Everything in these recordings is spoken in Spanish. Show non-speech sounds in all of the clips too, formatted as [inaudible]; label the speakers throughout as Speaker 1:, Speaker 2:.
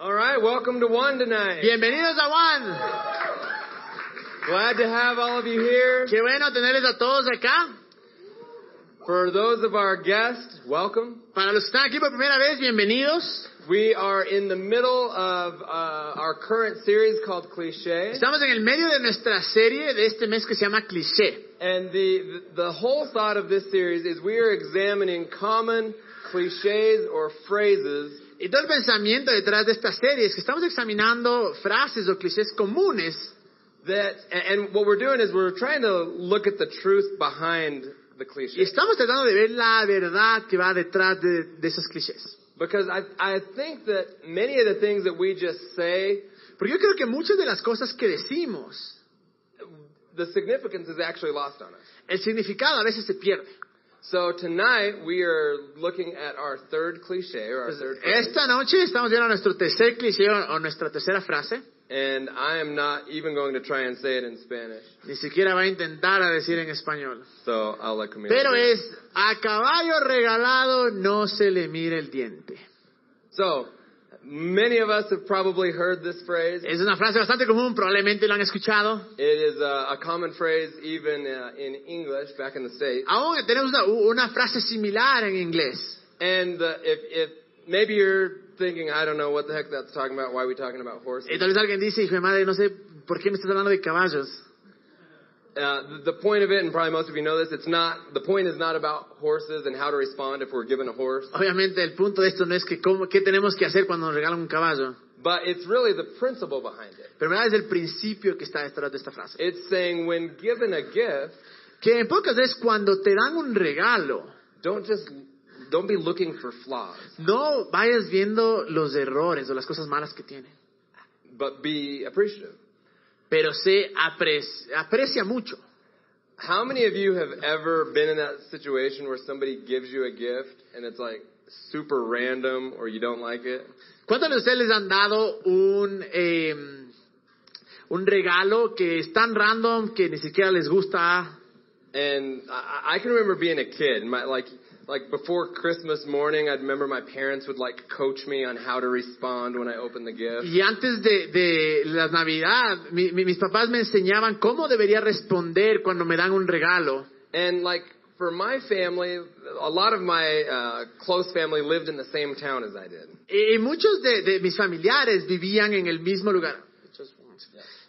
Speaker 1: right, welcome to one tonight.
Speaker 2: Bienvenidos a Juan.
Speaker 1: Glad to have all of you here.
Speaker 2: Qué bueno tenerles a todos acá.
Speaker 1: For those of our guests, welcome.
Speaker 2: Para los que están aquí por primera vez, bienvenidos.
Speaker 1: We are in the middle of uh, our current series called Cliche,
Speaker 2: Estamos en el medio de nuestra serie de este mes que se llama Cliché.
Speaker 1: and the the whole thought of this series is we are examining common cliches or phrases
Speaker 2: Y todo el pensamiento detrás de esta serie es que estamos examinando frases o clichés comunes.
Speaker 1: that, and and what we're doing is we're trying to look at the truth behind the
Speaker 2: Y
Speaker 1: cliche.
Speaker 2: estamos tratando de ver la verdad que va detrás de, de esos clichés.
Speaker 1: Because I I think that many of the things that we just say,
Speaker 2: Porque yo creo que muchas de las cosas que decimos,
Speaker 1: the significance is actually lost on us.
Speaker 2: el significado a veces se pierde.
Speaker 1: So tonight we are looking at our third cliche or our third phrase.
Speaker 2: Esta noche estamos viendo nuestro tercer cliché o o nuestra tercera frase.
Speaker 1: and I am not even going to try and say it in Spanish.
Speaker 2: Ni siquiera va a intentar a decir en español.
Speaker 1: So I'll let Camila.
Speaker 2: Pero
Speaker 1: do it.
Speaker 2: es, a caballo regalado no se le mira el diente.
Speaker 1: so many of us have probably heard this phrase.
Speaker 2: Es una frase bastante común, probablemente lo han escuchado.
Speaker 1: It is a, a common phrase even uh, in English back in the states.
Speaker 2: Aún tenemos una, una frase similar en inglés.
Speaker 1: And uh, if if maybe you're thinking I don't know what the heck that's talking about. Why are we talking about horses?
Speaker 2: Y tal vez alguien dice, hijo de madre, no sé por qué me estás hablando de caballos.
Speaker 1: Uh, the, the point of it, and probably most of you know this, it's not the point is not about horses and how to respond if we're given a horse.
Speaker 2: Obviamente el punto de esto no es que cómo, qué tenemos que hacer cuando nos regalan un caballo.
Speaker 1: But it's really the principle behind it.
Speaker 2: Pero ¿verdad? es el principio que está detrás de esta frase.
Speaker 1: It's saying when given a gift,
Speaker 2: Que en pocas veces cuando te dan un regalo,
Speaker 1: don't just don't be looking for flaws,
Speaker 2: no vayas viendo los errores o las cosas malas que tienen.
Speaker 1: but be appreciative.
Speaker 2: Pero se apre- aprecia mucho.
Speaker 1: How many of you have ever been in that situation where somebody gives you a gift and it's like super random or you don't like it?
Speaker 2: ¿Cuántos de ustedes les han dado un, eh, un regalo que es tan random que ni siquiera les gusta?
Speaker 1: And I, I can remember being a kid, my like like before Christmas morning, I'd remember my parents would like coach me on how to respond when I opened the gift.
Speaker 2: Y antes de, de la Navidad, mi- mi- mis papás me enseñaban cómo debería responder cuando me dan un regalo.
Speaker 1: And like for my family, a lot of my uh, close family lived in the same town as I did.
Speaker 2: Y, y muchos de, de mis familiares vivían en el mismo lugar.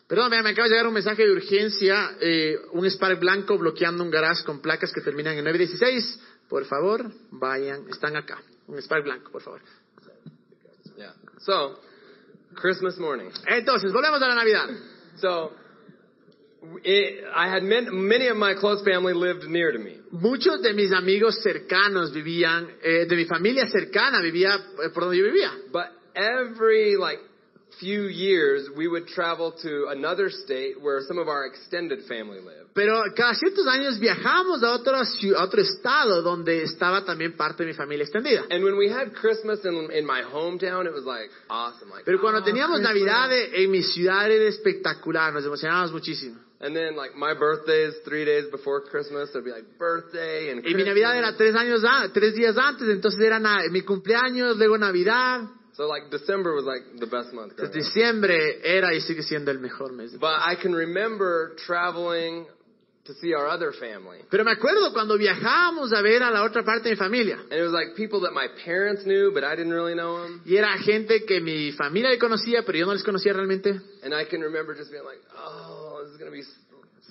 Speaker 2: Perdón, mira, me acaba de llegar un mensaje de urgencia, eh, un Spark blanco bloqueando un garage con placas que terminan en 916. Por favor, vayan, están acá. Un Spark blanco, por favor.
Speaker 1: Yeah. So, Christmas morning.
Speaker 2: Entonces, volvemos a la Navidad.
Speaker 1: So, it, I had men, many of my close family lived near to me.
Speaker 2: Muchos de mis amigos cercanos vivían, eh, de mi familia cercana vivía eh, por donde yo vivía.
Speaker 1: But every like few years, we would travel to another state where some of our extended family lived.
Speaker 2: Pero cada ciertos años viajamos a otro, a otro estado donde estaba también parte de mi familia extendida.
Speaker 1: And when we had Christmas in, in my hometown, it was like awesome. Like,
Speaker 2: Pero cuando
Speaker 1: "Oh,
Speaker 2: teníamos
Speaker 1: Christmas."
Speaker 2: Navidad eh, en mi ciudad era espectacular, nos emocionábamos muchísimo.
Speaker 1: and then like my birthday is three days before Christmas, it'd be like birthday and
Speaker 2: Y mi
Speaker 1: Christmas.
Speaker 2: Navidad era tres, años a- tres días antes, entonces era na- mi cumpleaños, luego Navidad.
Speaker 1: so like December was like the best month. growing
Speaker 2: Entonces,
Speaker 1: up.
Speaker 2: diciembre era y sigue siendo el mejor mes.
Speaker 1: But I can remember traveling to see our other family.
Speaker 2: Pero me acuerdo cuando viajábamos a ver a la otra parte de mi familia.
Speaker 1: And it was like people that my parents knew, but I didn't really know them.
Speaker 2: Y era gente que mi familia le conocía, pero yo no les conocía realmente.
Speaker 1: And I can remember just being like, oh, this is going to be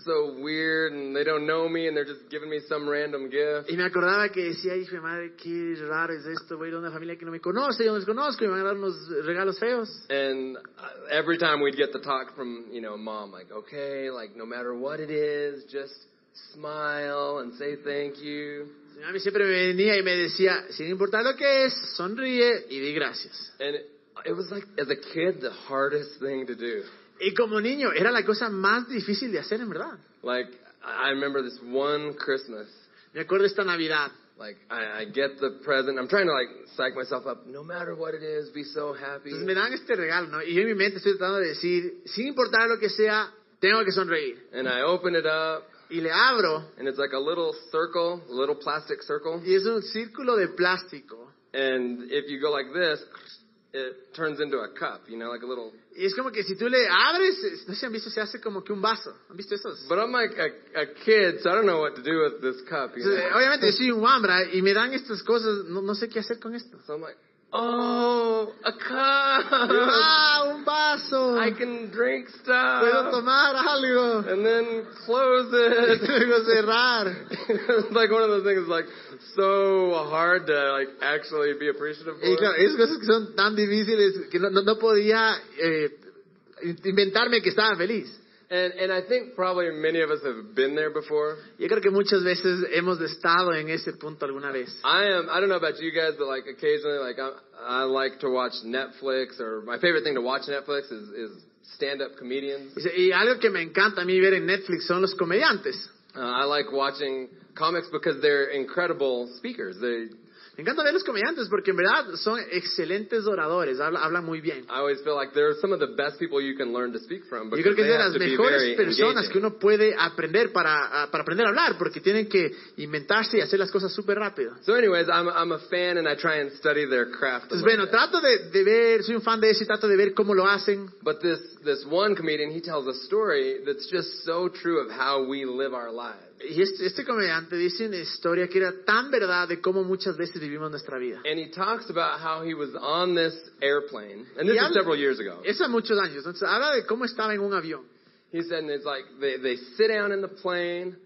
Speaker 1: so weird, and they don't know me, and they're just giving me some random gift.
Speaker 2: Y me acordaba que decía, hijo de madre, qué raro es esto, voy a ir a una familia que no me conoce, yo no les conozco, y me van a dar unos regalos feos.
Speaker 1: And uh, every time we'd get the talk from, you know, mom, like, okay, like, no matter what it is, just smile and say thank you.
Speaker 2: Mi mami siempre me venía y me decía, sin importar lo que es, sonríe y di gracias.
Speaker 1: And it, it was like, as a kid, the hardest thing to do.
Speaker 2: Y como niño, era la cosa más difícil de hacer, en verdad.
Speaker 1: Like, I I remember this one Christmas.
Speaker 2: Me acuerdo esta Navidad.
Speaker 1: Like I, I get the present. I'm trying to like psych myself up. No matter what it is, be so happy.
Speaker 2: Entonces me dan este regalo, ¿no? Y yo en mi mente estoy tratando de decir, sin importar lo que sea, tengo que sonreír.
Speaker 1: And I open it up,
Speaker 2: Y le abro,
Speaker 1: and it's like a little circle, a little plastic circle.
Speaker 2: y es un círculo de plástico.
Speaker 1: And if you go like this, it turns into a cup, you know, like a little.
Speaker 2: Y es como que si tú le abres, es- no sé si han visto, se hace como que un vaso. ¿Han visto esos?
Speaker 1: But I'm like a, a kid, so I don't know what to do with this cup. You
Speaker 2: Entonces, eh,
Speaker 1: know?
Speaker 2: obviamente yo soy un wambra y me dan estas cosas, no, no sé qué hacer con esto.
Speaker 1: So I'm like, oh, a cup.
Speaker 2: [laughs] ¡Ah, un vaso!
Speaker 1: I can drink
Speaker 2: Puedo
Speaker 1: stuff
Speaker 2: tomar [laughs] algo.
Speaker 1: and then close [laughs] it.
Speaker 2: Luego cerrar.
Speaker 1: it's like one of those things, like so hard to like actually be appreciative.
Speaker 2: Y
Speaker 1: For.
Speaker 2: claro, esas cosas que son tan difíciles que no, no, no podía eh, inventarme que estaba feliz.
Speaker 1: And and I think probably many of us have been there before.
Speaker 2: Yo creo que muchas veces hemos estado en ese punto alguna vez.
Speaker 1: I am. I don't know about you guys, but like occasionally, like I, I like to watch Netflix, or my favorite thing to watch Netflix is is stand up comedians.
Speaker 2: Y se- Y algo que me encanta a mí ver en Netflix son los comediantes.
Speaker 1: Uh, I like watching comics because they're incredible speakers. They,
Speaker 2: Me encanta ver los comediantes porque en verdad son excelentes oradores, habla- hablan muy bien.
Speaker 1: I always feel like they're some of the best people you can learn to speak from
Speaker 2: Yo
Speaker 1: because
Speaker 2: creo que es
Speaker 1: they
Speaker 2: de
Speaker 1: have
Speaker 2: las
Speaker 1: to be
Speaker 2: mejores
Speaker 1: very
Speaker 2: personas que
Speaker 1: engaging.
Speaker 2: uno puede aprender para, ah, para aprender a hablar, porque tienen que inventarse y hacer las cosas súper rápido.
Speaker 1: So, anyways, I'm I'm a fan and I try and study their craft. a little
Speaker 2: Entonces, bueno,
Speaker 1: bit.
Speaker 2: trato de, de ver, soy un fan de eso y trato de ver cómo lo hacen.
Speaker 1: But this this one comedian, he tells a story that's just so true of how we live our lives.
Speaker 2: Y este, este comediante dice una historia que era tan verdad de cómo muchas veces vivimos nuestra vida.
Speaker 1: And he talks about how he was on this airplane, and this
Speaker 2: Yeah.
Speaker 1: is several years ago.
Speaker 2: Eso a muchos años. Entonces, habla de cómo estaba en un avión.
Speaker 1: He said, and it's like they, they sit down in the plane,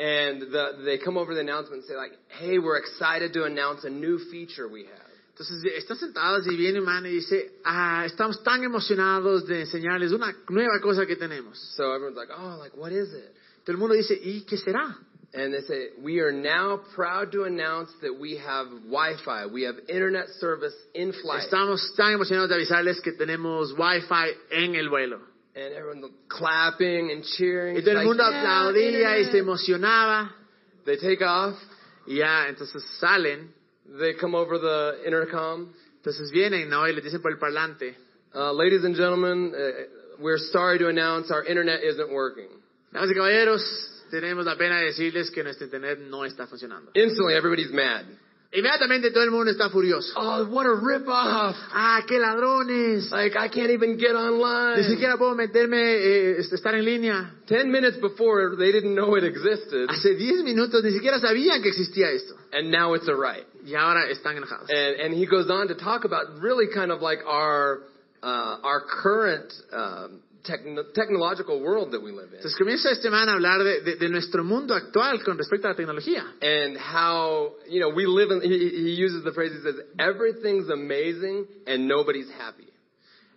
Speaker 1: and the, they come over the announcement and say like, "Hey, we're excited to announce a new feature we have."
Speaker 2: Entonces, eh, están sentados y viene un man y dice, ah, estamos tan emocionados de enseñarles una nueva cosa que tenemos.
Speaker 1: So everyone's like, "Oh, like what is it?"
Speaker 2: Todo el mundo dice, ¿y qué será?
Speaker 1: And they say, "We are now proud to announce that we have Wi-Fi, we have internet service in flight."
Speaker 2: Estamos tan emocionados de avisarles que tenemos wifi en el vuelo.
Speaker 1: And everyone's clapping and cheering.
Speaker 2: Y todo el
Speaker 1: Like,
Speaker 2: mundo
Speaker 1: "Yeah,
Speaker 2: aplaudía y se
Speaker 1: internet."
Speaker 2: emocionaba.
Speaker 1: They take off.
Speaker 2: Y ya, entonces salen.
Speaker 1: They come over the intercom.
Speaker 2: Entonces vienen, ¿no? Y les dicen por el parlante.
Speaker 1: Uh, ladies and gentlemen, uh, we're sorry to announce our internet isn't working.
Speaker 2: Damas y caballeros, tenemos la pena de decirles que nuestro internet no está funcionando.
Speaker 1: Instantly, everybody's mad.
Speaker 2: Inmediatamente todo el mundo está furioso.
Speaker 1: Oh, what a ripoff!
Speaker 2: ¡Ah, qué ladrones!
Speaker 1: Like, I can't even get online.
Speaker 2: Ni siquiera puedo meterme, eh, est- estar en línea.
Speaker 1: Ten minutes before, they didn't know it existed,
Speaker 2: Hace 10 minutos ni siquiera sabían que existía esto.
Speaker 1: and now it's a right.
Speaker 2: Y ahora están enojados.
Speaker 1: And, and he goes on to talk about really kind of like our, uh, our current um, techno- technological world that we live in.
Speaker 2: Entonces comienza este man a hablar de, de- de nuestro mundo actual con respecto a la tecnología.
Speaker 1: And how, you know, we live in, he, he uses the phrase, he says, everything's amazing and nobody's happy.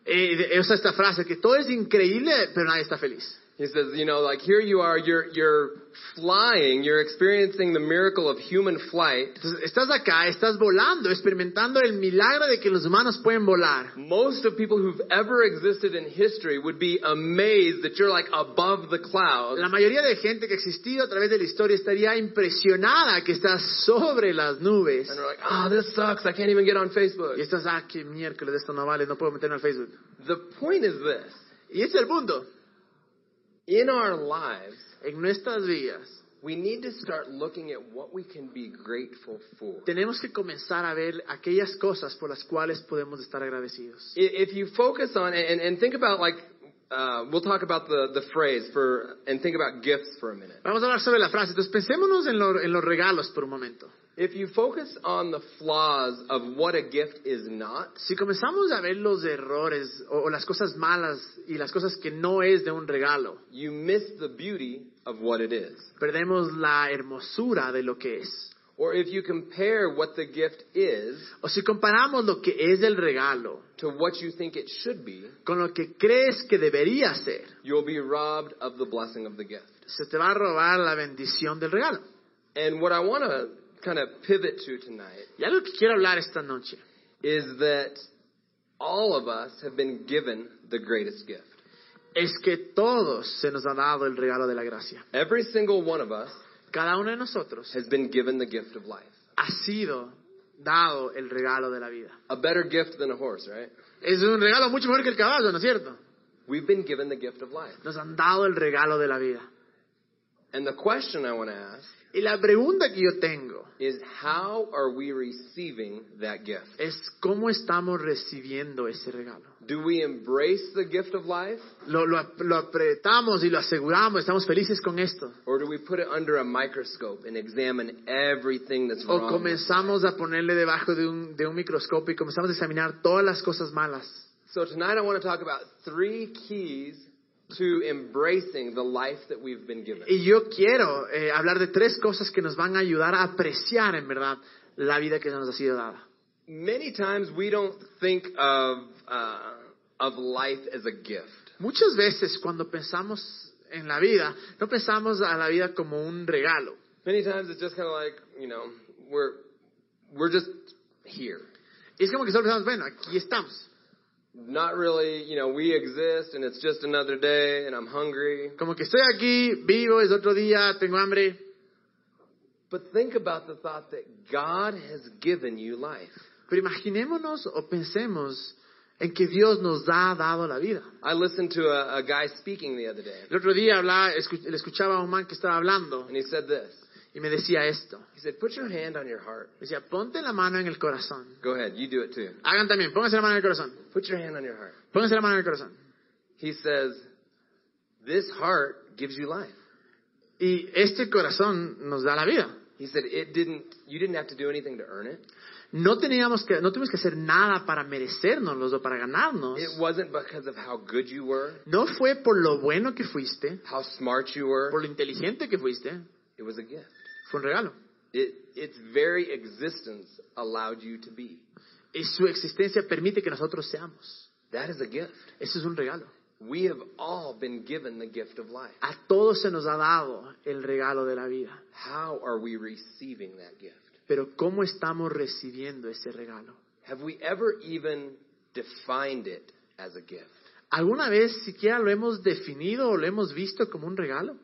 Speaker 2: Eh, de- usa esta frase, que todo es increíble, pero nadie está feliz.
Speaker 1: He says, you know, like here you are, you're you're flying, you're experiencing the miracle of human flight.
Speaker 2: Entonces estás acá, estás volando, experimentando el milagro de que los humanos pueden volar.
Speaker 1: Most of people who've ever existed in history would be amazed that you're like above the clouds.
Speaker 2: La mayoría de gente que ha existido a través de la historia estaría impresionada que estás sobre las nubes.
Speaker 1: And they're like, oh, this sucks. I can't even get on
Speaker 2: Y
Speaker 1: Facebook.
Speaker 2: estás, ah, qué miércoles, esto no vale, no puedo meterme al Facebook.
Speaker 1: The point is this.
Speaker 2: Y ese es el mundo.
Speaker 1: In our lives,
Speaker 2: En nuestras vidas
Speaker 1: we need to start looking at what we can be grateful for. I-
Speaker 2: tenemos que comenzar a ver aquellas cosas por las cuales podemos estar agradecidos.
Speaker 1: If you focus on, and, and think about like, uh, we'll talk about the, the phrase for, and think about gifts for a minute.
Speaker 2: Vamos a hablar sobre la frase. Entonces pensémonos en, lo- en los regalos por un momento.
Speaker 1: If you focus on the flaws of what a gift is not,
Speaker 2: Si comenzamos a ver los errores o, o las cosas malas y las cosas que no es de un regalo,
Speaker 1: you miss the beauty of what it is.
Speaker 2: perdemos la hermosura de lo que es.
Speaker 1: Or if you compare what the gift is
Speaker 2: O si comparamos lo que es el regalo
Speaker 1: to what you think it should be,
Speaker 2: con lo que crees que debería ser,
Speaker 1: you'll be robbed of the blessing of the gift.
Speaker 2: se te va a robar la bendición del regalo.
Speaker 1: And what I want to kind of pivot to tonight
Speaker 2: Y algo que quiero hablar esta noche
Speaker 1: is that all of us have been given the greatest gift.
Speaker 2: es que todos se nos ha dado el regalo de la gracia.
Speaker 1: Every single one of us
Speaker 2: Cada uno de nosotros
Speaker 1: has been given the gift of life.
Speaker 2: ha sido dado el regalo de la vida.
Speaker 1: A better gift than a horse, right?
Speaker 2: Es un regalo mucho mejor que el caballo, ¿no es cierto?
Speaker 1: We've been given the gift of life.
Speaker 2: Nos han dado el regalo de la vida.
Speaker 1: And the question I want to ask
Speaker 2: Y la pregunta que yo tengo
Speaker 1: is how are we receiving that gift?
Speaker 2: es cómo estamos recibiendo ese regalo.
Speaker 1: Do we embrace the gift of life
Speaker 2: Lo, lo, ap- lo apretamos y lo aseguramos, estamos felices con esto.
Speaker 1: or do we put it under a microscope and examine everything that's
Speaker 2: O
Speaker 1: wrong? with it?
Speaker 2: comenzamos a ponerle debajo de un, de un microscopio y comenzamos a examinar todas las cosas malas.
Speaker 1: So tonight I want to talk about three keys to embracing the life that we've been given.
Speaker 2: Y yo quiero eh, hablar de tres cosas que nos van a ayudar a apreciar en verdad la vida que nos ha sido dada.
Speaker 1: Many times we don't think of uh, of life as a gift.
Speaker 2: Muchas veces cuando pensamos en la vida, no pensamos a la vida como un regalo.
Speaker 1: Many times it's just kind of like you know we're we're just here,
Speaker 2: Y es como que solo pensamos, bueno, aquí estamos.
Speaker 1: not really you know we exist and it's just another day and I'm hungry.
Speaker 2: Como que estoy aquí, vivo, es otro día, tengo hambre.
Speaker 1: But think about the thought that God has given you life.
Speaker 2: Pero imaginémonos o pensemos en que Dios nos ha dado la vida.
Speaker 1: I listened to a, a guy speaking the other day
Speaker 2: El otro día hablaba, escu- le escuchaba a un man que estaba hablando
Speaker 1: and he said this.
Speaker 2: y me decía esto.
Speaker 1: He said, "Put your hand on your heart."
Speaker 2: Decía, ponte la mano en el corazón.
Speaker 1: Go ahead, you do it too.
Speaker 2: Hagan también, pónganse la mano en el corazón.
Speaker 1: Put your hand on your heart.
Speaker 2: Pónganse la mano en el corazón.
Speaker 1: He says, "This heart gives you life."
Speaker 2: Y este corazón nos da la vida.
Speaker 1: He said it didn't you didn't have to do anything to earn it.
Speaker 2: No teníamos que, no tuvimos que hacer nada para merecérnoslos o para ganarnos.
Speaker 1: It wasn't because of how good you were,
Speaker 2: No fue por lo bueno que fuiste,
Speaker 1: how smart you
Speaker 2: por
Speaker 1: were.
Speaker 2: lo inteligente que fuiste.
Speaker 1: It was a gift.
Speaker 2: Fue un regalo.
Speaker 1: It its very existence allowed you to be.
Speaker 2: Y su existencia permite que nosotros seamos.
Speaker 1: That is a gift.
Speaker 2: Eso es un regalo.
Speaker 1: We have all been given the gift of life.
Speaker 2: A todos se nos ha dado el regalo de la vida.
Speaker 1: How are we receiving that gift?
Speaker 2: Pero ¿cómo estamos recibiendo ese regalo?
Speaker 1: Have we ever even defined it as a gift?
Speaker 2: ¿Alguna vez siquiera lo hemos definido o lo hemos visto como un regalo?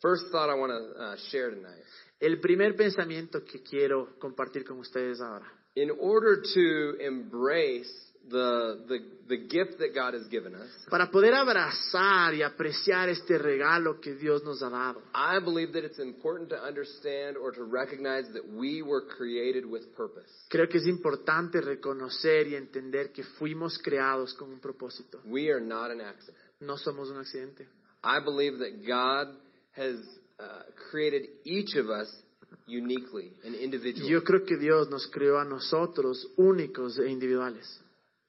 Speaker 1: First thought I want to uh, share tonight.
Speaker 2: El primer pensamiento que quiero compartir con ustedes ahora.
Speaker 1: In order to embrace the, the, the gift that God has given us,
Speaker 2: Para poder abrazar y apreciar este regalo que Dios nos ha dado,
Speaker 1: I believe that it's important to understand or to recognize that we were created with purpose.
Speaker 2: creo que es importante reconocer y entender que fuimos creados con un propósito.
Speaker 1: We are not an accident.
Speaker 2: No somos un accidente.
Speaker 1: I believe that God has uh, created each of us uniquely and individually.
Speaker 2: Yo creo que Dios nos creó a nosotros únicos e individuales.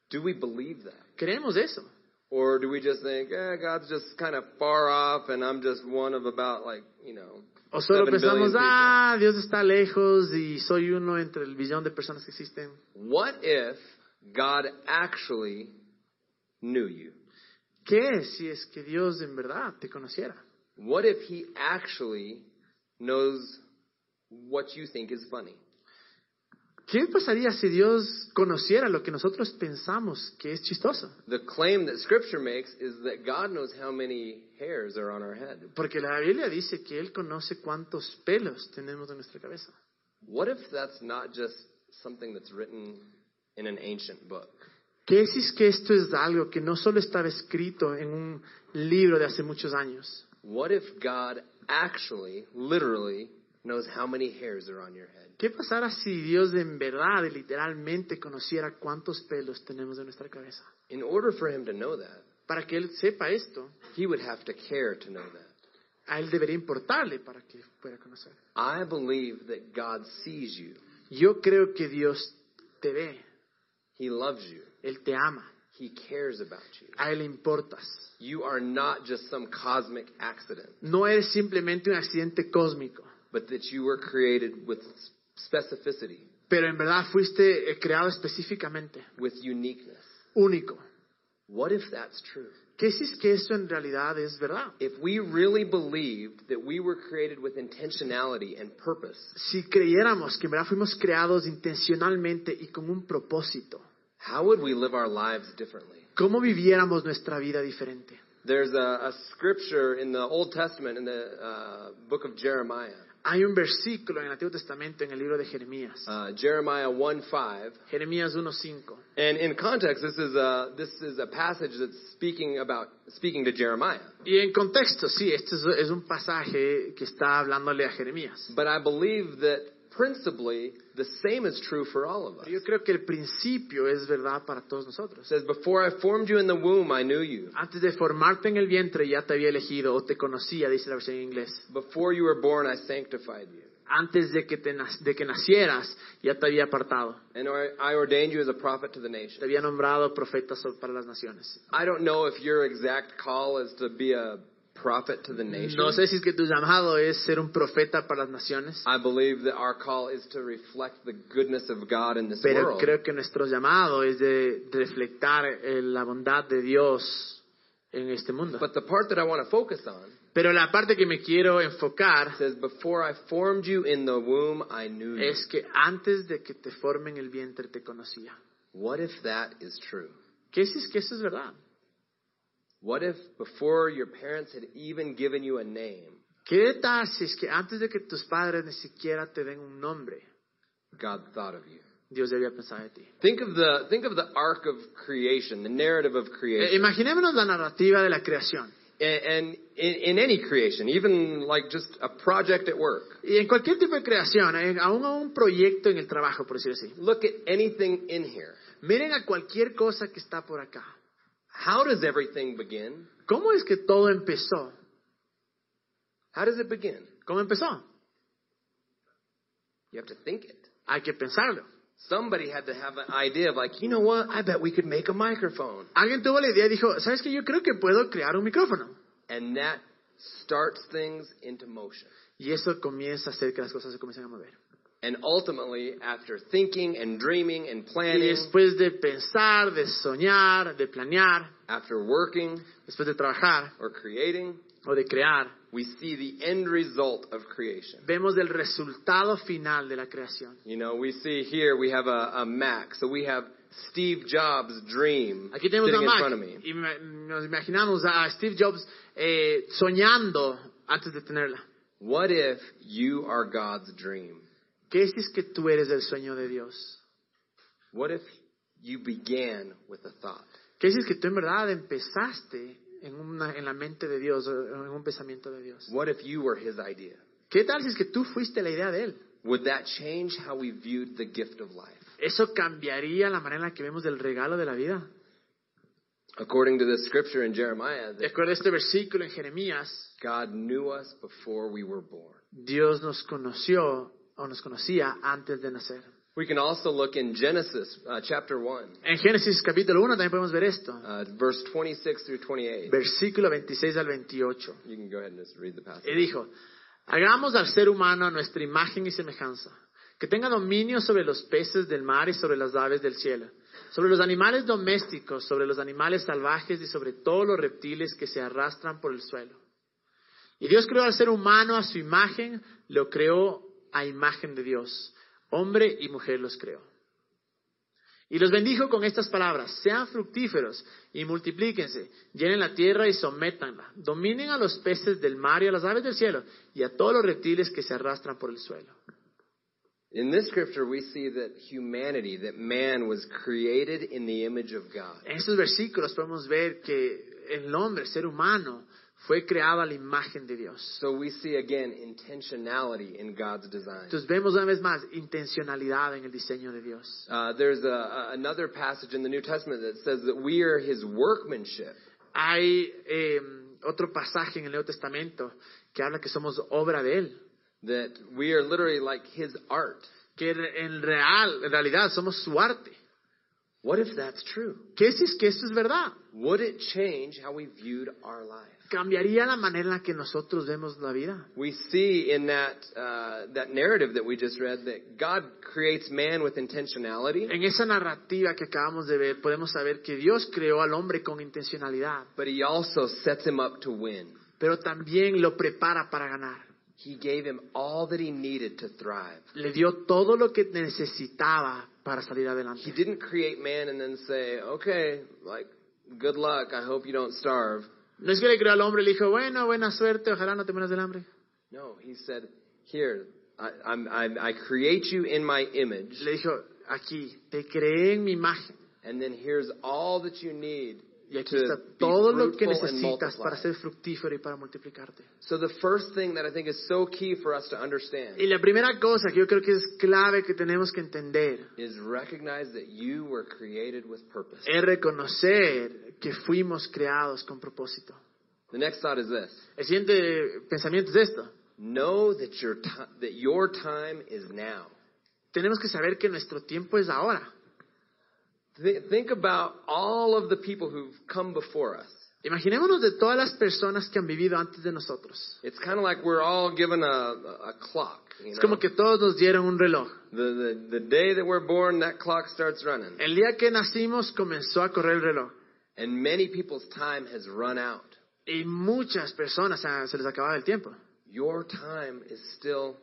Speaker 1: do we believe that?
Speaker 2: Creemos eso.
Speaker 1: Or do we just think, eh, God's just kind of far off and I'm just one of about like, you know,
Speaker 2: O solo
Speaker 1: seven billion
Speaker 2: pensamos,
Speaker 1: people?
Speaker 2: ah, Dios está lejos y soy uno entre el billón de personas que existen.
Speaker 1: What if God actually knew you?
Speaker 2: ¿Qué si es que Dios en verdad te conociera?
Speaker 1: What if He actually knows what you think is funny?
Speaker 2: ¿Qué pasaría si Dios conociera lo que nosotros pensamos que es chistoso?
Speaker 1: The claim that Scripture makes is that God knows how many hairs are on our head.
Speaker 2: Porque la Biblia dice que Él conoce cuántos pelos tenemos en nuestra cabeza.
Speaker 1: What if that's not just something that's written in an ancient book?
Speaker 2: ¿Qué si es que esto es algo que no solo estaba escrito en un libro de hace muchos años?
Speaker 1: What if God actually, literally, knows how many hairs are on your head?
Speaker 2: ¿Qué pasara si Dios en verdad y literalmente conociera cuántos pelos tenemos en nuestra cabeza?
Speaker 1: In order for Him to know that,
Speaker 2: Para que Él sepa esto,
Speaker 1: He would have to care to know that.
Speaker 2: a Él debería importarle para que pueda conocer.
Speaker 1: I believe that God sees you,
Speaker 2: Yo creo que Dios te ve,
Speaker 1: He loves you,
Speaker 2: Él te ama,
Speaker 1: He cares about you.
Speaker 2: a Él le importas.
Speaker 1: You are not just some cosmic accident,
Speaker 2: No eres simplemente un accidente cósmico,
Speaker 1: but that you were created with specificity,
Speaker 2: pero en verdad fuiste eh, creado específicamente,
Speaker 1: with uniqueness.
Speaker 2: único.
Speaker 1: What if that's true?
Speaker 2: ¿Qué si es que eso en realidad es verdad?
Speaker 1: If we really believed that we were created with intentionality and purpose,
Speaker 2: Si creyéramos que en verdad fuimos creados intencionalmente y con un propósito,
Speaker 1: how would we live our lives differently?
Speaker 2: ¿cómo viviéramos nuestra vida diferente?
Speaker 1: There's a, a scripture in the Old Testament in the uh, book of Jeremiah.
Speaker 2: Hay un versículo en el Antiguo Testamento en el libro de Jeremías.
Speaker 1: uh, Jeremiah 1 5.
Speaker 2: Jeremías 1.5.
Speaker 1: And in context, this is, a, this is a passage that's speaking, about, speaking to Jeremiah.
Speaker 2: Y en contexto, sí, este es, es un pasaje que está hablándole a Jeremías.
Speaker 1: But I believe that principally the same is true for all of us.
Speaker 2: Pero yo creo que el principio es verdad para todos
Speaker 1: It
Speaker 2: nosotros.
Speaker 1: says, Before I formed you in the womb, I knew you.
Speaker 2: Antes de formarte en el vientre ya te había elegido o te conocía, dice la versión en inglés.
Speaker 1: Before you were born, I sanctified you.
Speaker 2: Antes de que, te nas- de que nacieras ya te había apartado.
Speaker 1: And or- I ordained you as a prophet to the
Speaker 2: Te
Speaker 1: nation.
Speaker 2: había nombrado profeta so- para las naciones.
Speaker 1: I don't know if your exact call is to be a prophet to the nation.
Speaker 2: No sé si es que tu llamado es ser un profeta para las naciones,
Speaker 1: I believe that our call is to reflect the goodness of God in this
Speaker 2: pero
Speaker 1: world.
Speaker 2: creo que nuestro llamado es de reflectar eh, la bondad de Dios en este mundo.
Speaker 1: But the part that I want to focus on
Speaker 2: Pero la parte que me quiero enfocar
Speaker 1: says, Before I formed you in the womb, I knew you.
Speaker 2: es que antes de que te formen el vientre te conocía.
Speaker 1: What if that is true?
Speaker 2: ¿Qué si es que eso es verdad?
Speaker 1: What if before your parents had even given you a name,
Speaker 2: ¿Qué tal si es que antes de que tus padres ni siquiera te den un nombre,
Speaker 1: God thought of you?
Speaker 2: Dios ya había pensado de ti?
Speaker 1: Think of the think of the arc of creation, the narrative of
Speaker 2: Eh,
Speaker 1: creation,
Speaker 2: imaginémonos la narrativa de la creación.
Speaker 1: and, and in, in any creation, even like just a project at work.
Speaker 2: Y en cualquier tipo de creación, eh, aún a un proyecto en el trabajo, por decirlo así.
Speaker 1: Look at anything in here.
Speaker 2: Miren a cualquier cosa que está por acá.
Speaker 1: How does everything begin?
Speaker 2: ¿Cómo es que todo empezó?
Speaker 1: How does it begin?
Speaker 2: ¿Cómo empezó?
Speaker 1: You have to think it.
Speaker 2: Hay que pensarlo.
Speaker 1: Somebody had to have an idea of like, you know what? I bet we could make a microphone,
Speaker 2: Alguien tuvo la idea y dijo, ¿sabes qué? Yo creo que puedo crear un micrófono.
Speaker 1: and that starts things into motion.
Speaker 2: Y eso comienza a hacer que las cosas se comiencen a mover.
Speaker 1: And ultimately, after thinking and dreaming and
Speaker 2: Y
Speaker 1: planning,
Speaker 2: después de pensar, de soñar, de planear,
Speaker 1: after working
Speaker 2: después de trabajar
Speaker 1: or creating,
Speaker 2: o de crear,
Speaker 1: we see the end result of creation.
Speaker 2: vemos el resultado final de la creación.
Speaker 1: You know, we see here we have a, a Mac, so we have Steve Jobs' dream
Speaker 2: Aquí
Speaker 1: sitting
Speaker 2: tenemos a
Speaker 1: in front
Speaker 2: Mac
Speaker 1: of me.
Speaker 2: y me- nos imaginamos a Steve Jobs eh, soñando antes de tenerla.
Speaker 1: What if you are God's dream?
Speaker 2: ¿Qué si es que tú eres el sueño de Dios?
Speaker 1: What if you began with a thought?
Speaker 2: ¿Qué si es que tú en verdad empezaste en, una, en la mente de Dios, o en un pensamiento de Dios?
Speaker 1: What if you were His idea?
Speaker 2: ¿Qué tal si es que tú fuiste la idea de Él?
Speaker 1: Would that change how we viewed the gift of life?
Speaker 2: ¿Eso cambiaría la manera en la que vemos del regalo de la vida?
Speaker 1: According to this scripture in Jeremiah,
Speaker 2: De
Speaker 1: that
Speaker 2: acuerdo a este versículo en Jeremías,
Speaker 1: God knew us before we were born.
Speaker 2: Dios nos conoció o nos conocía antes de nacer.
Speaker 1: We can also look in Genesis uh, chapter 1,
Speaker 2: En Génesis capítulo 1 también podemos ver esto.
Speaker 1: uh, verse 26 through 28.
Speaker 2: Versículo 26 al 28.
Speaker 1: You can go ahead and just read the passage.
Speaker 2: Y dijo, hagamos al ser humano a nuestra imagen y semejanza, que tenga dominio sobre los peces del mar y sobre las aves del cielo, sobre los animales domésticos, sobre los animales salvajes y sobre todos los reptiles que se arrastran por el suelo. Y Dios creó al ser humano a su imagen, lo creó a imagen de Dios. Hombre y mujer los creó. Y los bendijo con estas palabras, sean fructíferos y multiplíquense, llenen la tierra y sométanla, dominen a los peces del mar y a las aves del cielo y a todos los reptiles que se arrastran por el suelo.
Speaker 1: In this scripture, we see that humanity, that man was created in the image of God.
Speaker 2: En estos versículos podemos ver que el hombre, el ser humano, fue creado a la imagen de Dios.
Speaker 1: So we see again intentionality in God's design.
Speaker 2: Entonces vemos una vez más intencionalidad en el diseño de Dios.
Speaker 1: Uh, there's a, a, another passage in the New Testament that says that we are his workmanship.
Speaker 2: Hay eh, otro pasaje en el Nuevo Testamento que habla que somos obra de Él,
Speaker 1: that we are literally like his art.
Speaker 2: que en, real, en realidad somos su arte.
Speaker 1: What if that's true?
Speaker 2: ¿Qué si es que esto es verdad?
Speaker 1: Would it change how we viewed our life?
Speaker 2: cambiaría la manera en la que nosotros vemos la vida.
Speaker 1: We see in that uh, that narrative that we just read that God creates man with intentionality,
Speaker 2: En esa narrativa que acabamos de ver, podemos saber que Dios creó al hombre con intencionalidad,
Speaker 1: but He also sets him up to win.
Speaker 2: pero también lo prepara para ganar.
Speaker 1: He gave him all that he needed to thrive.
Speaker 2: Le dio todo lo que necesitaba para salir
Speaker 1: He
Speaker 2: adelante.
Speaker 1: didn't create man and then say, "Okay, like good luck. I hope you don't starve."
Speaker 2: No es que le creó al hombre y le dijo, bueno, buena suerte, ojalá no te mueras del hambre.
Speaker 1: No, he said, Here, I, I'm, I, I create you in my image,
Speaker 2: Le dijo, aquí, te creé en mi imagen.
Speaker 1: and then here's all that you need
Speaker 2: Y aquí
Speaker 1: to
Speaker 2: está
Speaker 1: be
Speaker 2: todo lo que
Speaker 1: fruitful and
Speaker 2: necesitas
Speaker 1: multiply.
Speaker 2: para ser fructífero y para multiplicarte.
Speaker 1: So the first thing that I think is so key for us to understand
Speaker 2: Y la primera cosa que yo creo que es clave que tenemos que entender
Speaker 1: is recognize that you were created with purpose.
Speaker 2: es reconocer que fuimos creados con propósito.
Speaker 1: The next thought is this:
Speaker 2: El siguiente pensamiento es esto.
Speaker 1: know that your ti- that your time is now.
Speaker 2: Tenemos que saber que nuestro tiempo es ahora.
Speaker 1: Th- think about all of the people who've come before us.
Speaker 2: Imaginémonos de todas las personas que han vivido antes de nosotros.
Speaker 1: It's kind of like we're all given a, a a clock. You
Speaker 2: Es
Speaker 1: know?
Speaker 2: como que todos nos dieron un reloj.
Speaker 1: the, the the day that we're born, that clock starts running,
Speaker 2: El día que nacimos comenzó a correr el reloj.
Speaker 1: and many people's time has run out.
Speaker 2: Y muchas personas ah, se les acababa el tiempo.
Speaker 1: Your time is still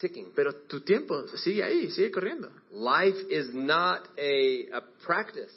Speaker 1: ticking.
Speaker 2: Pero tu tiempo sigue ahí, sigue corriendo.
Speaker 1: Life is not a a practice.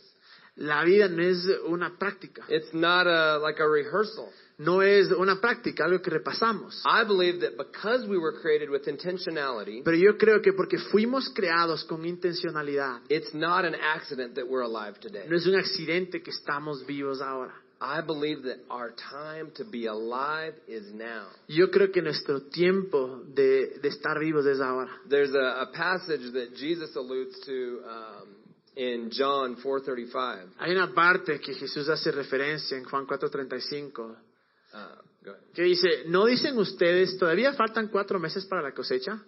Speaker 2: La vida no es una práctica.
Speaker 1: It's not a like a rehearsal.
Speaker 2: No es una práctica, algo que repasamos.
Speaker 1: I believe that because we were created with intentionality,
Speaker 2: Pero yo creo que porque fuimos creados con intencionalidad,
Speaker 1: it's not an accident that we're alive today.
Speaker 2: no es un accidente que estamos vivos ahora.
Speaker 1: I believe that our time to be alive is now.
Speaker 2: Yo creo que nuestro tiempo de, de estar vivos es ahora.
Speaker 1: There's a, a passage that Jesus alludes to um, in John 4:35.
Speaker 2: Hay una parte que Jesús hace referencia en Juan 4:35
Speaker 1: Uh, go ahead.
Speaker 2: que dice, ¿no dicen ustedes, todavía faltan cuatro meses para la cosecha?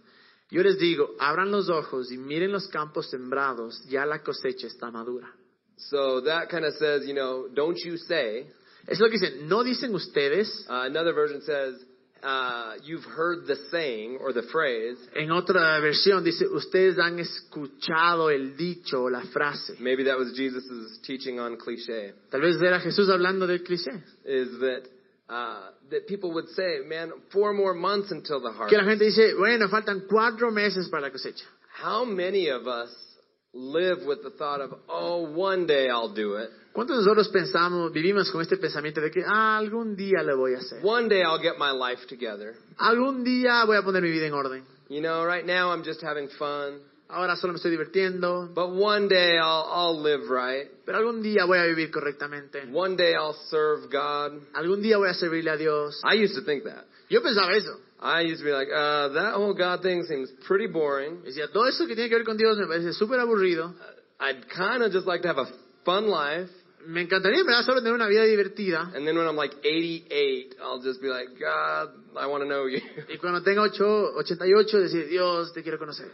Speaker 2: Yo les digo, abran los ojos y miren los campos sembrados, ya la cosecha está madura.
Speaker 1: So that kind of says, you know, don't you say.
Speaker 2: Es lo que dice, ¿no dicen ustedes?
Speaker 1: Uh, another version says, uh, you've heard the saying or the phrase.
Speaker 2: En otra versión dice, ustedes han escuchado el dicho o la frase.
Speaker 1: Maybe that was Jesus' teaching on cliche.
Speaker 2: Tal vez era Jesús hablando del cliché.
Speaker 1: is that uh, that people would say, "Man, four more months until the
Speaker 2: Que la
Speaker 1: harvest."
Speaker 2: gente dice, bueno, faltan cuatro meses para la cosecha.
Speaker 1: How many of us live with the thought of, "Oh, one day I'll do it.
Speaker 2: ¿Cuántos de nosotros pensamos, vivimos con este pensamiento de que ah, algún día lo voy a hacer?
Speaker 1: One day I'll get my life together."
Speaker 2: Algún día voy a poner mi vida en orden.
Speaker 1: You know, right now I'm just having fun,
Speaker 2: Ahora solo me estoy divirtiendo,
Speaker 1: but one day I'll I'll live right.
Speaker 2: pero algún día voy a vivir correctamente.
Speaker 1: One day I'll serve God.
Speaker 2: Algún día voy a servirle a Dios.
Speaker 1: I used to think that.
Speaker 2: Yo pensaba eso.
Speaker 1: I used to be like, uh, that whole God thing seems pretty boring. Uh,
Speaker 2: Decía, todo eso que tiene que ver con Dios me parece súper aburrido.
Speaker 1: I'd kind of just like to have a fun life.
Speaker 2: Me encantaría, me da solo tener una vida divertida.
Speaker 1: And then when I'm like 88, I'll just be like, God, I want to know you. [laughs]
Speaker 2: Y cuando tenga ocho- 88, decir, Dios, te quiero conocer.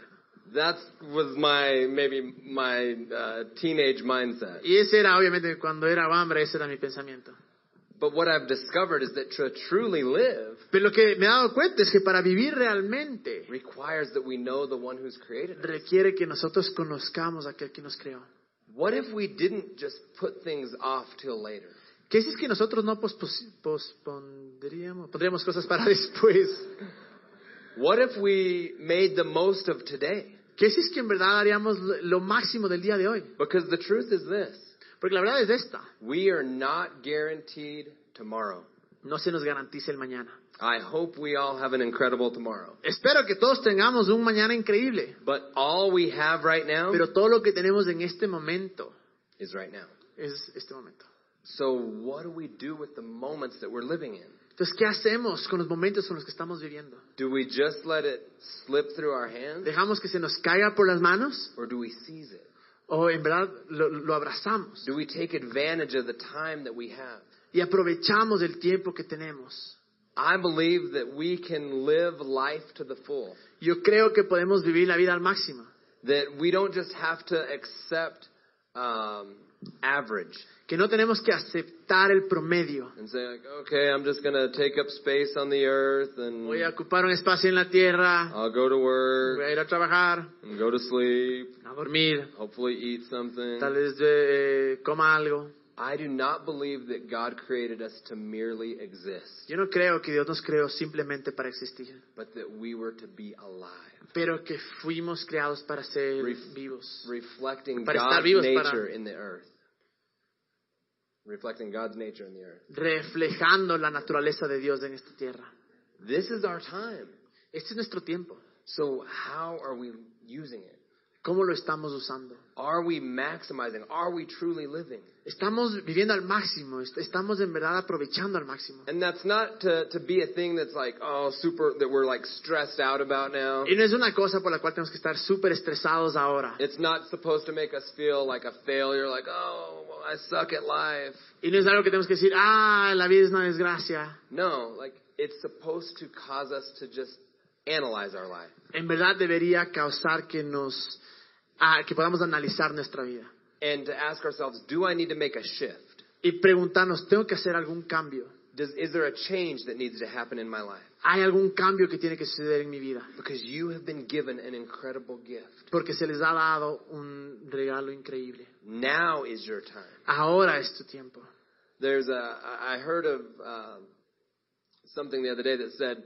Speaker 1: That was my maybe my uh, teenage mindset.
Speaker 2: Y ese era, obviamente, cuando era hambre, ese era mi pensamiento.
Speaker 1: But what I've discovered is that to truly live
Speaker 2: Pero lo que me he dado cuenta es que para vivir realmente
Speaker 1: requires that we know the one who's created us.
Speaker 2: requiere que nosotros conozcamos a aquel que nos creó.
Speaker 1: What if we didn't just put things off till later?
Speaker 2: ¿Qué si es que nosotros no pospos- pospondríamos, pondríamos cosas para [laughs] después?
Speaker 1: What if we made the most of today?
Speaker 2: ¿Qué si es que en verdad haríamos lo lo máximo del día de hoy?
Speaker 1: Because the truth is this:
Speaker 2: Porque la verdad es esta,
Speaker 1: we are not guaranteed tomorrow.
Speaker 2: no se nos garantiza el mañana.
Speaker 1: I hope we all have an incredible tomorrow.
Speaker 2: Espero que todos tengamos un mañana increíble,
Speaker 1: But all we have right now
Speaker 2: pero todo lo que tenemos en este momento
Speaker 1: is right now.
Speaker 2: es este momento.
Speaker 1: So what do we do with the moments that we're living in?
Speaker 2: Entonces, ¿qué hacemos con los momentos con los que estamos viviendo?
Speaker 1: Do we just let it slip through our hands
Speaker 2: ¿Dejamos que se nos caiga por las manos
Speaker 1: or do we seize it?
Speaker 2: o en verdad lo, lo abrazamos
Speaker 1: Do we take advantage of the time that we have?
Speaker 2: y aprovechamos el tiempo que tenemos?
Speaker 1: I believe that we can live life to the full.
Speaker 2: Yo creo que podemos vivir la vida al máximo.
Speaker 1: That we don't just have to accept um, average
Speaker 2: que no tenemos que aceptar el promedio.
Speaker 1: and say, like, okay, I'm just going to take up space on the earth and
Speaker 2: Voy a ocupar un espacio en la tierra,
Speaker 1: I'll go to
Speaker 2: voy
Speaker 1: work
Speaker 2: a ir a trabajar,
Speaker 1: and go to sleep,
Speaker 2: a dormir,
Speaker 1: hopefully eat something.
Speaker 2: tal vez eh, coma algo.
Speaker 1: I do not believe that God created us to merely exist,
Speaker 2: Yo no creo que Dios nos creó simplemente para existir,
Speaker 1: but that we were to be alive,
Speaker 2: pero que fuimos creados para ser
Speaker 1: Ref-
Speaker 2: vivos,
Speaker 1: reflecting
Speaker 2: Para estar
Speaker 1: God's
Speaker 2: vivos,
Speaker 1: nature
Speaker 2: para-
Speaker 1: in the earth. Reflecting God's nature in the earth.
Speaker 2: reflejando la naturaleza de Dios en esta tierra.
Speaker 1: This is our time.
Speaker 2: Este es nuestro tiempo.
Speaker 1: So how are we using it?
Speaker 2: ¿Cómo lo estamos usando?
Speaker 1: Are we maximizing? Are we truly living?
Speaker 2: Estamos viviendo al máximo, est- estamos en verdad aprovechando al máximo.
Speaker 1: And that's not to, to be a thing that's like, oh, super, that we're like stressed out about now.
Speaker 2: Y no es una cosa por la cual tenemos que estar súper estresados ahora.
Speaker 1: It's not supposed to make us feel like a failure, like, oh, well, I suck at life.
Speaker 2: Y no es algo que tenemos que decir, ah, la vida es una desgracia.
Speaker 1: No, like, it's supposed to cause us to just analyze our life.
Speaker 2: En verdad debería causar que nos, ah, que podamos analizar nuestra vida
Speaker 1: and to ask ourselves, do I need to make a shift?
Speaker 2: y preguntarnos, ¿tengo que hacer algún cambio?
Speaker 1: Does, is there a change that needs to happen in my life?
Speaker 2: ¿Hay algún cambio que tiene que suceder en mi vida?
Speaker 1: Because you have been given an incredible gift.
Speaker 2: Porque se les ha dado un regalo increíble.
Speaker 1: Now is your time.
Speaker 2: Ahora es tu tiempo.
Speaker 1: There's a, I I heard of um, something the other day that said,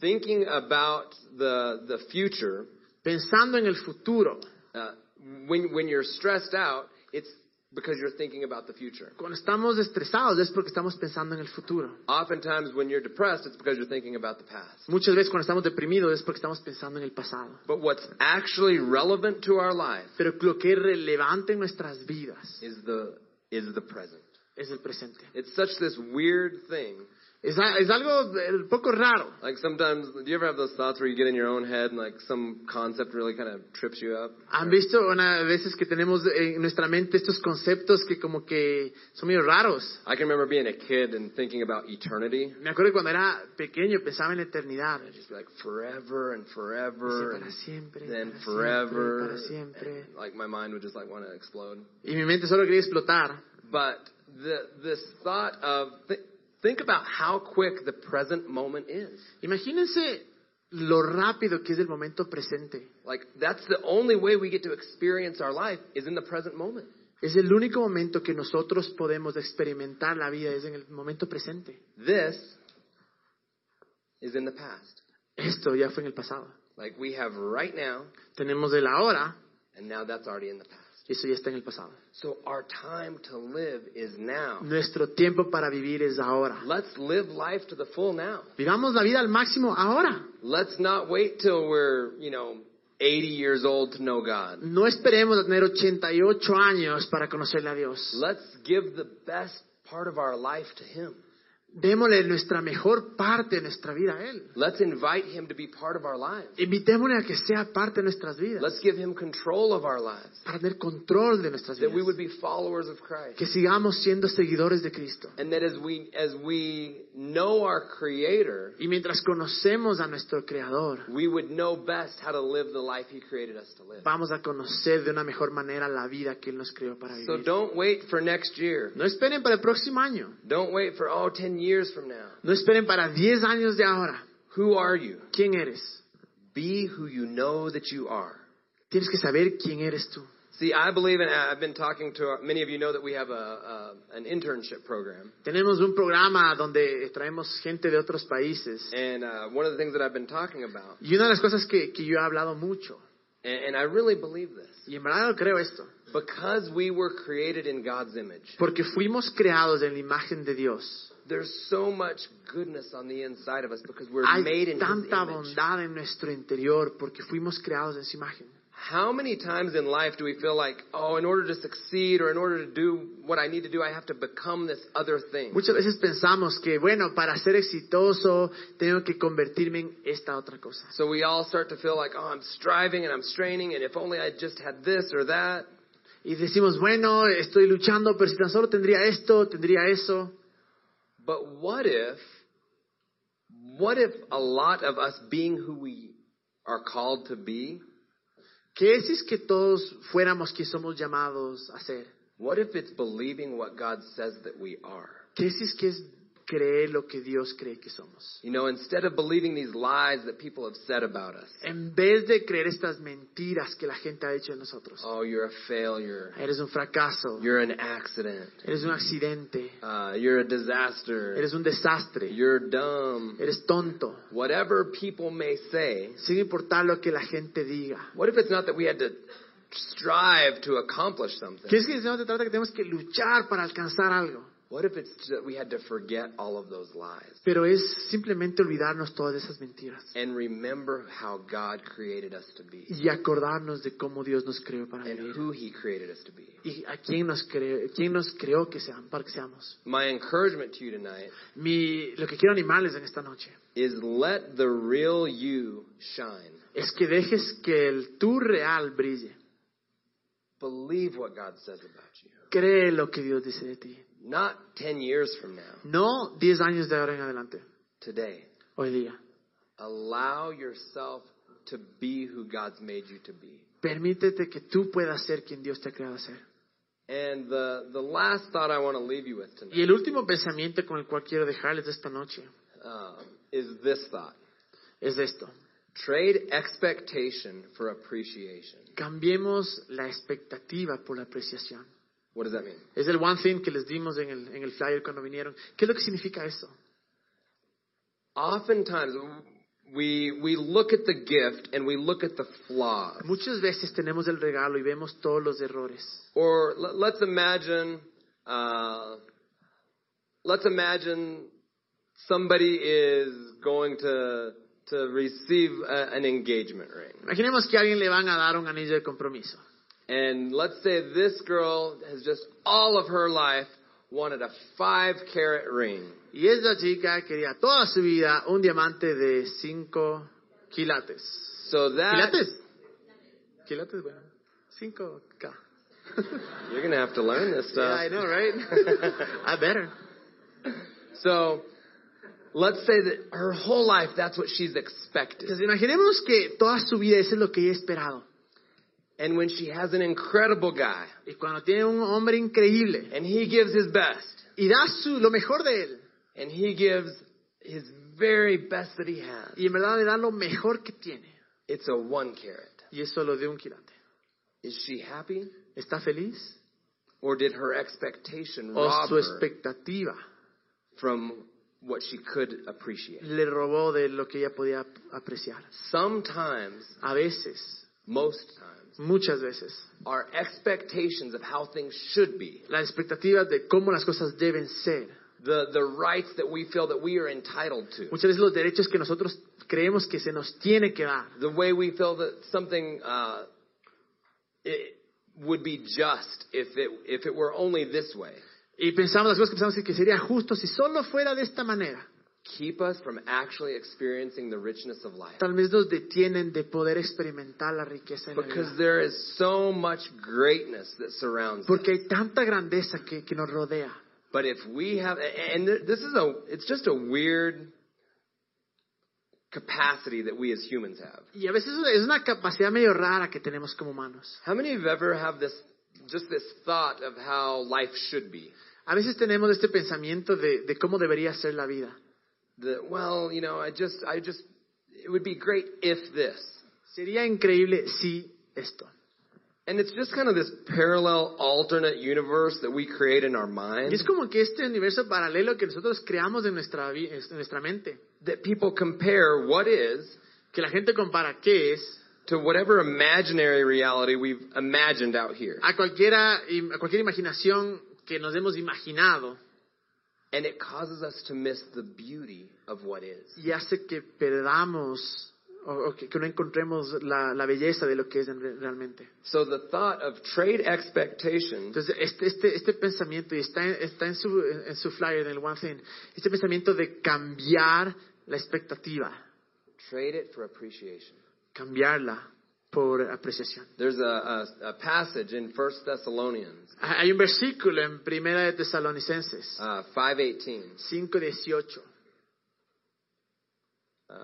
Speaker 1: thinking about the, the future,
Speaker 2: Pensando en el futuro,
Speaker 1: uh, when, when you're stressed out, it's because you're thinking about the future.
Speaker 2: cuando estamos estresados es porque estamos pensando en el futuro.
Speaker 1: Oftentimes when you're depressed, it's because you're thinking about the past.
Speaker 2: Muchas veces cuando estamos deprimidos es porque estamos pensando en el pasado.
Speaker 1: But what's actually relevant to our life
Speaker 2: Pero lo que es relevante en nuestras vidas
Speaker 1: is the, is the present.
Speaker 2: es el presente.
Speaker 1: It's such this weird thing.
Speaker 2: Es, a- es algo eh, un poco raro.
Speaker 1: Like sometimes, do you ever have those thoughts where you get in your own head and like some concept really kind of trips you up?
Speaker 2: ¿Han visto una veces que tenemos en nuestra mente estos conceptos que como que son medio raros?
Speaker 1: I can remember being a kid and thinking about eternity.
Speaker 2: Me acuerdo que cuando era pequeño pensaba en la eternidad.
Speaker 1: I'd just be like forever and forever
Speaker 2: Dice, para
Speaker 1: and
Speaker 2: siempre,
Speaker 1: then
Speaker 2: para
Speaker 1: forever. eh.
Speaker 2: siempre, para siempre.
Speaker 1: And, like my mind would just like want to explode.
Speaker 2: Y mi mente solo quería explotar.
Speaker 1: But the, this thought of th- think about how quick the present moment is.
Speaker 2: Imagínense lo rápido que es el momento presente.
Speaker 1: Like that's the only way we get to experience our life is in the present moment.
Speaker 2: Es el único momento que nosotros podemos experimentar la vida, es en el momento presente.
Speaker 1: This is in the past.
Speaker 2: Esto ya fue en el pasado.
Speaker 1: Like we have right now,
Speaker 2: Tenemos el ahora
Speaker 1: and now that's already in the past.
Speaker 2: y eso ya está en el pasado.
Speaker 1: So our time to live is now.
Speaker 2: Nuestro tiempo para vivir es ahora.
Speaker 1: Let's live life to the full now.
Speaker 2: Vivamos la vida al máximo ahora.
Speaker 1: Let's not wait till we're, you know, 80 years old to know God.
Speaker 2: No esperemos a tener 88 años para conocerle a Dios.
Speaker 1: Let's give the best part of our life to Him.
Speaker 2: Démosle nuestra mejor parte de nuestra vida a Él.
Speaker 1: Let's invite Him to be part of our lives.
Speaker 2: Invitémosle a que sea parte de nuestras vidas
Speaker 1: Let's give Him control of our lives.
Speaker 2: para tener control de nuestras
Speaker 1: That we would
Speaker 2: vidas.
Speaker 1: be followers of Christ.
Speaker 2: Que sigamos siendo seguidores de Cristo.
Speaker 1: And that as we, as we know our Creator,
Speaker 2: Y mientras conocemos a nuestro Creador,
Speaker 1: we would know best how to live the life He created us to live.
Speaker 2: vamos a conocer de una mejor manera la vida que Él nos creó para
Speaker 1: So
Speaker 2: vivir.
Speaker 1: don't wait for next year.
Speaker 2: No esperen para el próximo año.
Speaker 1: Don't wait for, oh, 10 years from now.
Speaker 2: No esperen para 10 años de ahora.
Speaker 1: Who are you?
Speaker 2: ¿Quién eres?
Speaker 1: Be who you know that you are.
Speaker 2: Tienes que saber quién eres tú.
Speaker 1: See, I believe, and I've been talking to many of you know that we have a, a an internship program,
Speaker 2: Tenemos un programa donde traemos gente de otros países.
Speaker 1: and uh, one of the things that I've been talking about,
Speaker 2: Y una de las cosas que, que yo he hablado mucho,
Speaker 1: and, and I really believe this,
Speaker 2: y en verdad lo creo esto,
Speaker 1: because we were created in God's image.
Speaker 2: porque fuimos creados en la imagen de Dios.
Speaker 1: There's so much goodness on the inside of us because we're made
Speaker 2: Hay
Speaker 1: in His
Speaker 2: tanta
Speaker 1: image.
Speaker 2: bondad en nuestro interior porque fuimos creados en su imagen.
Speaker 1: How many times in life do we feel like, oh, in order to succeed or in order to do what I need to do, I have to become this other thing?
Speaker 2: Muchas veces pensamos que, bueno, para ser exitoso tengo que convertirme en esta otra cosa.
Speaker 1: So we all start to feel like, oh, I'm striving and I'm straining, and if only I just had this or that.
Speaker 2: Y decimos, bueno, estoy luchando, pero si tan solo tendría esto, tendría eso.
Speaker 1: But what if, what if a lot of us being who we are called to be,
Speaker 2: ¿Qué es si es que todos fuéramos que somos llamados a ser?
Speaker 1: what if it's believing what God says that we are?
Speaker 2: ¿Qué es si es que es creer lo que Dios cree que somos?
Speaker 1: You know, instead of believing these lies that people have said about us.
Speaker 2: En vez de creer estas mentiras que la gente ha hecho de nosotros.
Speaker 1: Oh, you're a failure.
Speaker 2: Eres un fracaso,
Speaker 1: You're an accident.
Speaker 2: eres un accidente,
Speaker 1: Uh, you're a disaster.
Speaker 2: eres un desastre,
Speaker 1: You're dumb.
Speaker 2: eres tonto.
Speaker 1: Whatever people may say,
Speaker 2: Sin importar lo que la gente diga.
Speaker 1: What if it's not that we had to strive to accomplish something?
Speaker 2: ¿Qué es que el Señor te trata que tenemos que luchar para alcanzar algo?
Speaker 1: What if it's that we had to forget all of those lies
Speaker 2: Pero es simplemente olvidarnos todas esas mentiras
Speaker 1: and remember how God created us to be
Speaker 2: y acordarnos de cómo Dios nos creó para
Speaker 1: and
Speaker 2: vivir
Speaker 1: who He created us to be?
Speaker 2: y a quién nos, cre- quién nos creó que sean, para que seamos.
Speaker 1: My encouragement to you tonight
Speaker 2: Mi, lo que quiero animarles en esta noche
Speaker 1: is let the real you shine.
Speaker 2: es que dejes que el tú real brille.
Speaker 1: Believe what God says about you.
Speaker 2: Cree lo que Dios dice de ti.
Speaker 1: Not 10 years from now,
Speaker 2: No 10 años de ahora en adelante,
Speaker 1: today.
Speaker 2: hoy día.
Speaker 1: Allow yourself to be who God's made you to be.
Speaker 2: Permítete que tú puedas ser quien Dios te ha creado ser.
Speaker 1: And the, the last thought I want to leave you with
Speaker 2: Y
Speaker 1: tonight
Speaker 2: el último pensamiento con el cual quiero dejarles esta noche
Speaker 1: um, is this thought.
Speaker 2: es esto.
Speaker 1: Trade expectation for appreciation.
Speaker 2: Cambiemos la expectativa por la apreciación.
Speaker 1: What does that mean?
Speaker 2: Es el one thing que les dimos en el, en el flyer cuando vinieron. ¿Qué es lo que significa eso?
Speaker 1: Oftentimes, we, we look at the gift and we look at the flaws.
Speaker 2: Muchas veces tenemos el regalo y vemos todos los errores.
Speaker 1: Or l- let's imagine, uh, let's imagine somebody is going to to receive a, an engagement ring,
Speaker 2: Imaginemos que a alguien le van a dar un anillo de compromiso.
Speaker 1: and let's say this girl has just all of her life wanted a five carat ring,
Speaker 2: Y esa chica quería toda su vida un diamante de 5 quilates.
Speaker 1: so that
Speaker 2: ¿Quilates? Quilates, bueno. 5K.
Speaker 1: you're gonna have to learn this
Speaker 2: [laughs] Yeah,
Speaker 1: stuff.
Speaker 2: I know, [laughs] right? I better.
Speaker 1: So. Let's say that her whole life, that's what she's expected.
Speaker 2: Entonces, imaginemos que toda su vida eso es lo que ella ha esperado.
Speaker 1: And when she has an incredible guy,
Speaker 2: Y cuando tiene un hombre increíble
Speaker 1: and he gives his best,
Speaker 2: y da su, lo mejor de él,
Speaker 1: and he gives his very best that he has.
Speaker 2: y en verdad le da lo mejor que tiene,
Speaker 1: It's a one carat.
Speaker 2: y es solo de un quilate,
Speaker 1: Is she happy,
Speaker 2: ¿está feliz?
Speaker 1: or did her expectation
Speaker 2: ¿O
Speaker 1: rob
Speaker 2: su
Speaker 1: her
Speaker 2: expectativa
Speaker 1: from what she could appreciate?
Speaker 2: le robó de lo que ella podía ap- apreciar?
Speaker 1: Sometimes,
Speaker 2: A veces,
Speaker 1: most times,
Speaker 2: muchas veces,
Speaker 1: our expectations of how things should be,
Speaker 2: las expectativas de cómo las cosas deben ser,
Speaker 1: the the rights that we feel that we are entitled to,
Speaker 2: muchas veces los derechos que nosotros creemos que se nos tiene que dar,
Speaker 1: the way we feel that something. Uh, it, would be just if it if it were only this way.
Speaker 2: y pensamos las cosas que pensamos que sería justo si solo fuera de esta manera.
Speaker 1: keep us from actually experiencing the richness of life.
Speaker 2: tal vez nos detienen de poder experimentar la riqueza en la vida.
Speaker 1: Because there is so much greatness that surrounds us.
Speaker 2: Porque hay tanta grandeza que, que nos rodea.
Speaker 1: But if we have, and this is a, it's just a weird capacity that we as humans have.
Speaker 2: Y a veces es una capacidad medio rara que tenemos como humanos.
Speaker 1: How many of you ever have this, just this thought of how life should be?
Speaker 2: A veces tenemos este pensamiento de, de cómo debería ser la vida.
Speaker 1: That, well, you know, I just, I just, it would be great if this.
Speaker 2: Sería increíble si esto.
Speaker 1: And it's just kind of this parallel alternate universe that we create in our
Speaker 2: Y
Speaker 1: minds.
Speaker 2: es como que este universo paralelo que nosotros creamos en nuestra, vi- en nuestra mente,
Speaker 1: that people compare what is
Speaker 2: que la gente compara qué es
Speaker 1: to whatever imaginary reality we've imagined out here.
Speaker 2: a, cualquiera, a cualquier imaginación que nos hemos imaginado
Speaker 1: And it causes us to miss the beauty of what is.
Speaker 2: y hace que perdamos o, o que, que no encontremos la, la belleza de lo que es en re- realmente.
Speaker 1: So the thought of trade expectations
Speaker 2: Entonces, este, este, este pensamiento, y está, en, está en, su, en su flyer, en el One Thing, este pensamiento de cambiar la expectativa,
Speaker 1: trade it for appreciation.
Speaker 2: cambiarla por apreciación.
Speaker 1: There's a, a, a passage in First Thessalonians
Speaker 2: Ha- Hay un versículo en Primera de Tesalonicenses
Speaker 1: uh, 5.18.
Speaker 2: 5.18.
Speaker 1: Uh,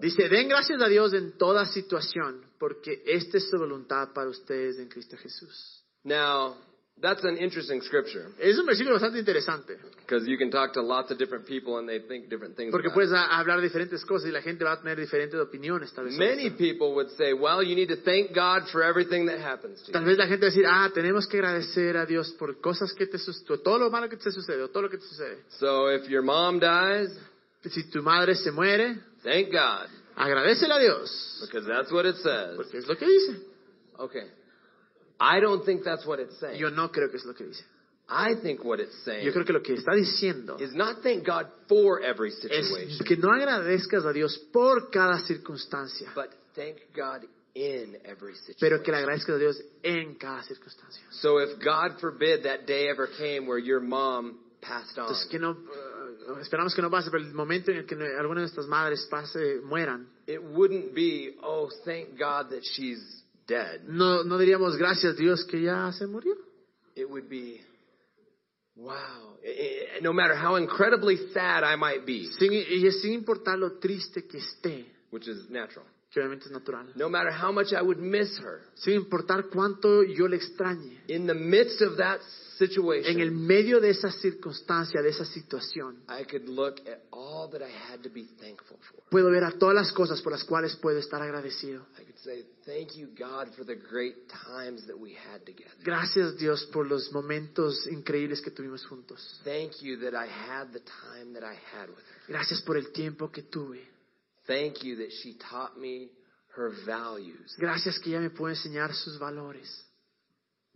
Speaker 2: Dice, den gracias a Dios en toda situación, porque esta es su voluntad para ustedes en Cristo Jesús.
Speaker 1: now, that's an interesting scripture
Speaker 2: Es un versículo bastante interesante.
Speaker 1: because you can talk to lots of different people and they think different things.
Speaker 2: Porque
Speaker 1: about it.
Speaker 2: puedes a- hablar diferentes cosas y la gente va a tener diferentes opiniones, tal vez. sobre
Speaker 1: Many
Speaker 2: eso.
Speaker 1: people would say, well, you need to thank God for everything that happens to you.
Speaker 2: Tal vez la gente va a decir, ah, tenemos que agradecer a Dios por cosas que te suceden, todo lo malo que te sucede, o todo lo que te sucede.
Speaker 1: So if your mom dies,
Speaker 2: Si tu madre se muere,
Speaker 1: thank God,
Speaker 2: agradecele a Dios,
Speaker 1: because that's what it says.
Speaker 2: porque es lo que dice.
Speaker 1: Okay. I don't think that's what it's saying.
Speaker 2: Yo no creo que es lo que dice.
Speaker 1: I think what it's saying
Speaker 2: Yo creo que lo que está diciendo
Speaker 1: is not thank God for every
Speaker 2: es
Speaker 1: situation,
Speaker 2: que no agradezcas a Dios por cada circunstancia,
Speaker 1: but thank God in every
Speaker 2: pero que
Speaker 1: situation.
Speaker 2: le agradezcas a Dios en cada circunstancia.
Speaker 1: So if God forbid that day ever came where your mom passed on,
Speaker 2: Entonces, que no, eh, esperamos que no pase, pero el momento en el que alguna de nuestras madres pase, mueran,
Speaker 1: it wouldn't be, oh, thank God that she's dead.
Speaker 2: no, no diríamos gracias Dios que ya se murió.
Speaker 1: It would be, wow. I- I- no matter how incredibly sad I might be,
Speaker 2: Sin, y sin importar lo triste que esté,
Speaker 1: which is natural,
Speaker 2: que obviamente es natural,
Speaker 1: no matter how much I would miss her,
Speaker 2: sin importar cuánto yo le extrañe,
Speaker 1: in the midst of that
Speaker 2: en el
Speaker 1: situation,
Speaker 2: medio de esa circunstancia, de esa situación,
Speaker 1: I could look at all that I had to be thankful for.
Speaker 2: puedo ver a todas las cosas por las cuales puedo estar agradecido.
Speaker 1: I could say, Thank you, God, for the great times that we had together.
Speaker 2: Gracias Dios por los momentos increíbles que tuvimos juntos.
Speaker 1: Thank you that I had the time that I had with her.
Speaker 2: Gracias por el tiempo que tuve.
Speaker 1: Thank you that she taught me her values.
Speaker 2: Gracias que ella me pudo enseñar sus valores.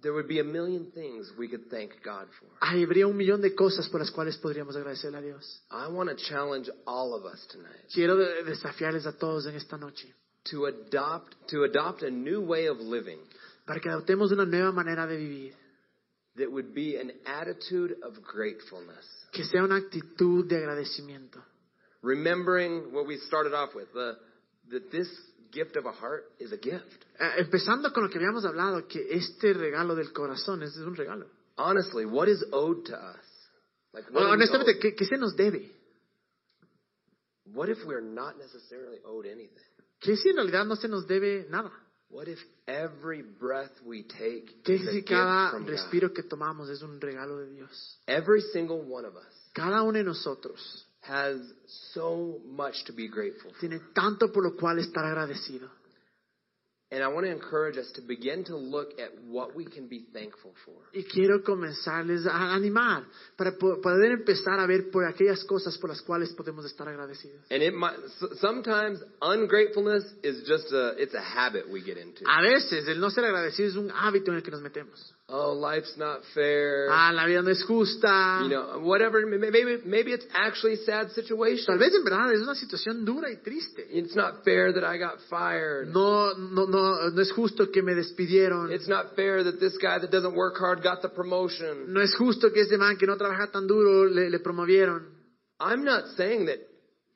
Speaker 1: There would be a million things we could thank God for.
Speaker 2: Ay, habría un millón de cosas por las cuales podríamos agradecerle a Dios.
Speaker 1: I want to challenge all of us tonight
Speaker 2: Quiero de- desafiarles a todos en esta noche
Speaker 1: to adopt to adopt a new way of living
Speaker 2: para que adoptemos una nueva manera de vivir,
Speaker 1: that would be an attitude of gratefulness.
Speaker 2: que sea una actitud de agradecimiento.
Speaker 1: Remembering what we started off with, the, that this gift of a heart is a gift.
Speaker 2: Eh, Empezando con lo que habíamos hablado, que este regalo del corazón es un regalo.
Speaker 1: Honestly, what is owed to us? Like, what, are we
Speaker 2: Ah, honestamente,
Speaker 1: owed?
Speaker 2: ¿qué, qué se nos debe?
Speaker 1: what if we're not necessarily owed anything?
Speaker 2: ¿Qué si en realidad no se nos debe nada?
Speaker 1: What if every breath we take
Speaker 2: ¿Qué
Speaker 1: is a
Speaker 2: si
Speaker 1: gift
Speaker 2: cada
Speaker 1: from God?
Speaker 2: respiro que tomamos es un regalo de Dios?
Speaker 1: Every single one of us
Speaker 2: Cada uno de nosotros
Speaker 1: has so much to be grateful for.
Speaker 2: tiene tanto por lo cual estar agradecido.
Speaker 1: And I want to encourage us to begin to look at what we can be thankful for.
Speaker 2: Y quiero comenzarles a animar para po- poder empezar a ver por aquellas cosas por las cuales podemos estar agradecidos.
Speaker 1: And it might s- sometimes ungratefulness is just a it's a habit we get into.
Speaker 2: A veces el no ser agradecido es un hábito en el que nos metemos.
Speaker 1: Oh, life's not fair.
Speaker 2: Ah, la vida no es justa.
Speaker 1: You know, whatever. Maybe maybe it's actually a sad
Speaker 2: Tal
Speaker 1: situation.
Speaker 2: vez en verdad es una situación dura y triste.
Speaker 1: It's not fair that I got fired.
Speaker 2: No, no, no, no es justo que me despidieron.
Speaker 1: It's not fair that this guy that doesn't work hard got the promotion.
Speaker 2: No es justo que este man que no trabaja tan duro le, le promovieron.
Speaker 1: I'm not saying that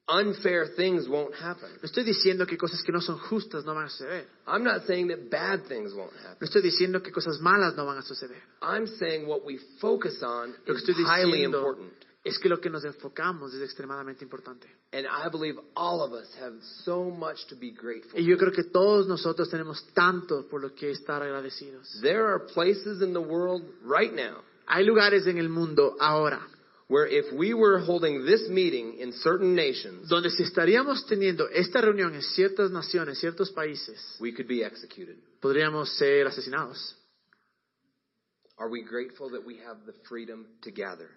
Speaker 1: unfair things won't happen.
Speaker 2: No estoy diciendo que cosas que no son justas no van a suceder.
Speaker 1: I'm not saying that bad things won't
Speaker 2: No
Speaker 1: happen.
Speaker 2: estoy diciendo que cosas malas no van a suceder.
Speaker 1: I'm saying what we focus on
Speaker 2: Lo que
Speaker 1: is
Speaker 2: estoy
Speaker 1: highly
Speaker 2: diciendo-
Speaker 1: important.
Speaker 2: Es que lo que nos enfocamos es extremadamente importante.
Speaker 1: And I believe all of us have so much to be grateful.
Speaker 2: Y yo creo que todos nosotros tenemos tanto por lo que estar agradecidos.
Speaker 1: There are places in the world right now
Speaker 2: Hay lugares en el mundo ahora
Speaker 1: where if we were holding this meeting in certain nations,
Speaker 2: donde si estaríamos teniendo esta reunión en ciertas naciones, ciertos países,
Speaker 1: we could be executed.
Speaker 2: podríamos ser asesinados.
Speaker 1: Are we grateful that we have the freedom to gather?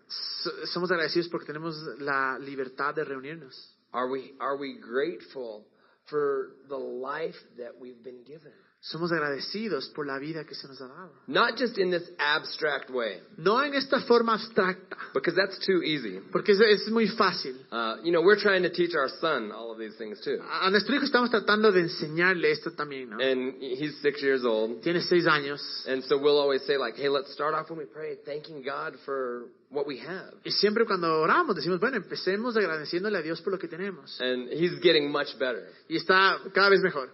Speaker 2: So- Somos agradecidos porque tenemos la libertad de reunirnos.
Speaker 1: Are we, are we grateful for the life that we've been given?
Speaker 2: Somos agradecidos por la vida que se nos ha dado.
Speaker 1: Not just in this abstract way,
Speaker 2: No en esta forma abstracta,
Speaker 1: because that's too easy.
Speaker 2: porque es, es muy fácil.
Speaker 1: Uh, you know, we're trying to teach our son all of these things too.
Speaker 2: A a nuestro hijo estamos tratando de enseñarle esto también, ¿no?
Speaker 1: And he's six years old.
Speaker 2: Tiene seis años.
Speaker 1: And so we'll always say like, hey, let's start off when we pray thanking God for what we have.
Speaker 2: Y siempre cuando oramos decimos, bueno, empecemos agradeciéndole a Dios por lo que tenemos.
Speaker 1: And he's getting much better.
Speaker 2: Y está cada vez mejor.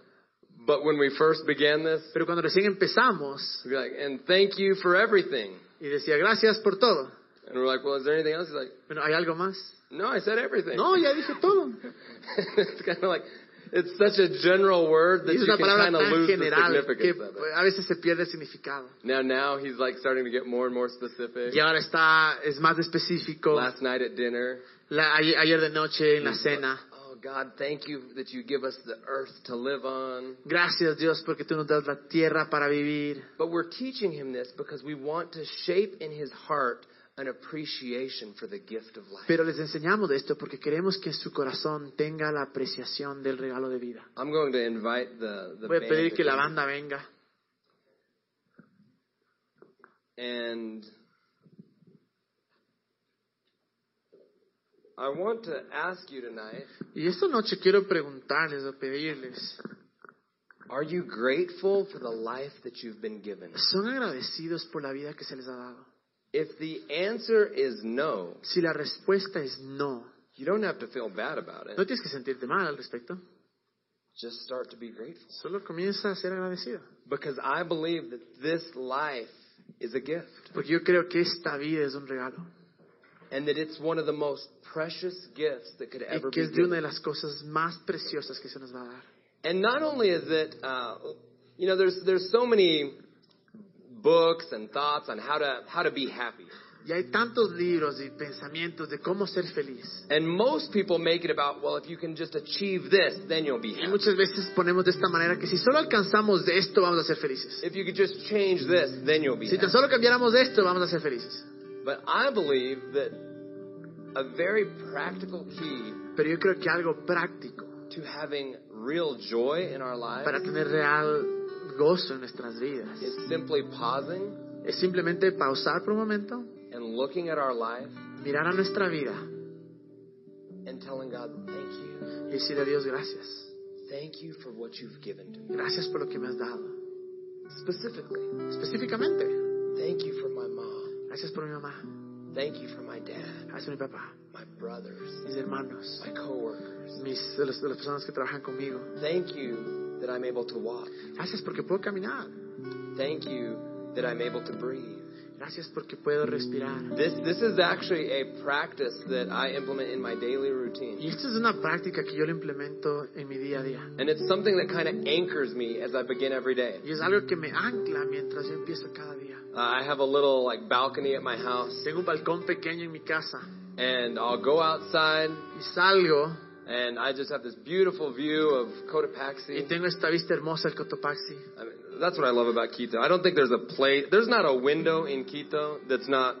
Speaker 1: But when we first began this,
Speaker 2: Pero cuando recién empezamos
Speaker 1: we'd be like, and thank you for everything.
Speaker 2: y decía, gracias por todo.
Speaker 1: And we're like, well, is there anything else? He's like,
Speaker 2: Bueno, ¿hay algo más?
Speaker 1: no, I said everything.
Speaker 2: No, ya dije todo.
Speaker 1: [laughs] it's kind of like, it's such a general word that
Speaker 2: Y es
Speaker 1: you
Speaker 2: una
Speaker 1: can
Speaker 2: palabra
Speaker 1: kind of
Speaker 2: tan
Speaker 1: lose the
Speaker 2: general que
Speaker 1: significance of it.
Speaker 2: a veces se pierde el significado.
Speaker 1: Now, now he's like starting to get more and more specific.
Speaker 2: Y ahora está, es más específico.
Speaker 1: Last night at dinner,
Speaker 2: La- ayer, ayer de noche en la
Speaker 1: he's
Speaker 2: cena.
Speaker 1: like, Oh God, thank you that you give us the earth to live on.
Speaker 2: Gracias Dios porque tú nos das la tierra para vivir.
Speaker 1: But we're teaching him this because we want to shape in his heart an appreciation for the gift of life.
Speaker 2: Pero les enseñamos de esto porque queremos que su corazón tenga la apreciación del regalo de vida.
Speaker 1: I'm going to invite the, the
Speaker 2: Voy a
Speaker 1: band
Speaker 2: pedir
Speaker 1: to
Speaker 2: que la
Speaker 1: come.
Speaker 2: banda venga.
Speaker 1: and I want to ask you tonight
Speaker 2: Y esta noche quiero preguntarles o pedirles,
Speaker 1: are you grateful for the life that you've been given?
Speaker 2: ¿son agradecidos por la vida que se les ha dado?
Speaker 1: If the answer is no,
Speaker 2: Si la respuesta es no,
Speaker 1: you don't have to feel bad about it.
Speaker 2: no tienes que sentirte mal al respecto.
Speaker 1: Just start to be grateful.
Speaker 2: Solo comienza a ser agradecido.
Speaker 1: Because I believe that this life is a gift
Speaker 2: Porque yo creo que esta vida es un regalo.
Speaker 1: and that it's one of the most precious gifts that could ever
Speaker 2: Y que
Speaker 1: be
Speaker 2: es de una
Speaker 1: given.
Speaker 2: de las cosas más preciosas que se nos va a dar.
Speaker 1: And not only is it, uh, you know, there's there's so many books and thoughts on how to how to be happy,
Speaker 2: Y hay tantos libros y pensamientos de cómo ser feliz.
Speaker 1: and most people make it about well, if you can just achieve this, then you'll be
Speaker 2: Y
Speaker 1: happy.
Speaker 2: muchas veces ponemos de esta manera que si solo alcanzamos de esto vamos a ser felices.
Speaker 1: If you could just change this, then you'll be
Speaker 2: Si tan
Speaker 1: happy.
Speaker 2: solo cambiáramos de esto vamos a ser felices.
Speaker 1: But I believe that a very practical key
Speaker 2: Pero yo creo que algo práctico
Speaker 1: to having real joy in our lives
Speaker 2: para tener real gozo en nuestras vidas
Speaker 1: is simply pausing
Speaker 2: es simplemente pausar por un momento,
Speaker 1: and looking at our life
Speaker 2: mirar a nuestra vida
Speaker 1: and telling God, thank you.
Speaker 2: y decir a Dios gracias.
Speaker 1: Thank you for what you've given to me.
Speaker 2: Gracias por lo que me has dado.
Speaker 1: Specifically,
Speaker 2: Específicamente,
Speaker 1: thank you for my mom.
Speaker 2: gracias por mi mamá,
Speaker 1: Thank you for my dad,
Speaker 2: gracias por mi papá,
Speaker 1: my brothers,
Speaker 2: mis hermanos,
Speaker 1: my coworkers.
Speaker 2: mis, de las, de las personas que trabajan conmigo.
Speaker 1: Thank you that I'm able to walk.
Speaker 2: Gracias porque puedo caminar.
Speaker 1: Thank you that I'm able to breathe.
Speaker 2: Gracias porque puedo respirar.
Speaker 1: This this is actually a practice that I implement in my daily routine.
Speaker 2: Y esta es una práctica que yo le implemento en mi día a día.
Speaker 1: And it's something that kind of anchors me as I begin every day.
Speaker 2: Y es algo que me ancla mientras yo empiezo cada día.
Speaker 1: Uh, I have a little like balcony at my house
Speaker 2: Tengo un balcón pequeño en mi casa
Speaker 1: and I'll go outside
Speaker 2: y salgo
Speaker 1: and I just have this beautiful view of
Speaker 2: y
Speaker 1: Cotopaxi.
Speaker 2: tengo esta vista hermosa del Cotopaxi.
Speaker 1: I mean, that's what I love about Quito. I don't think there's a place, there's not a window in Quito that's not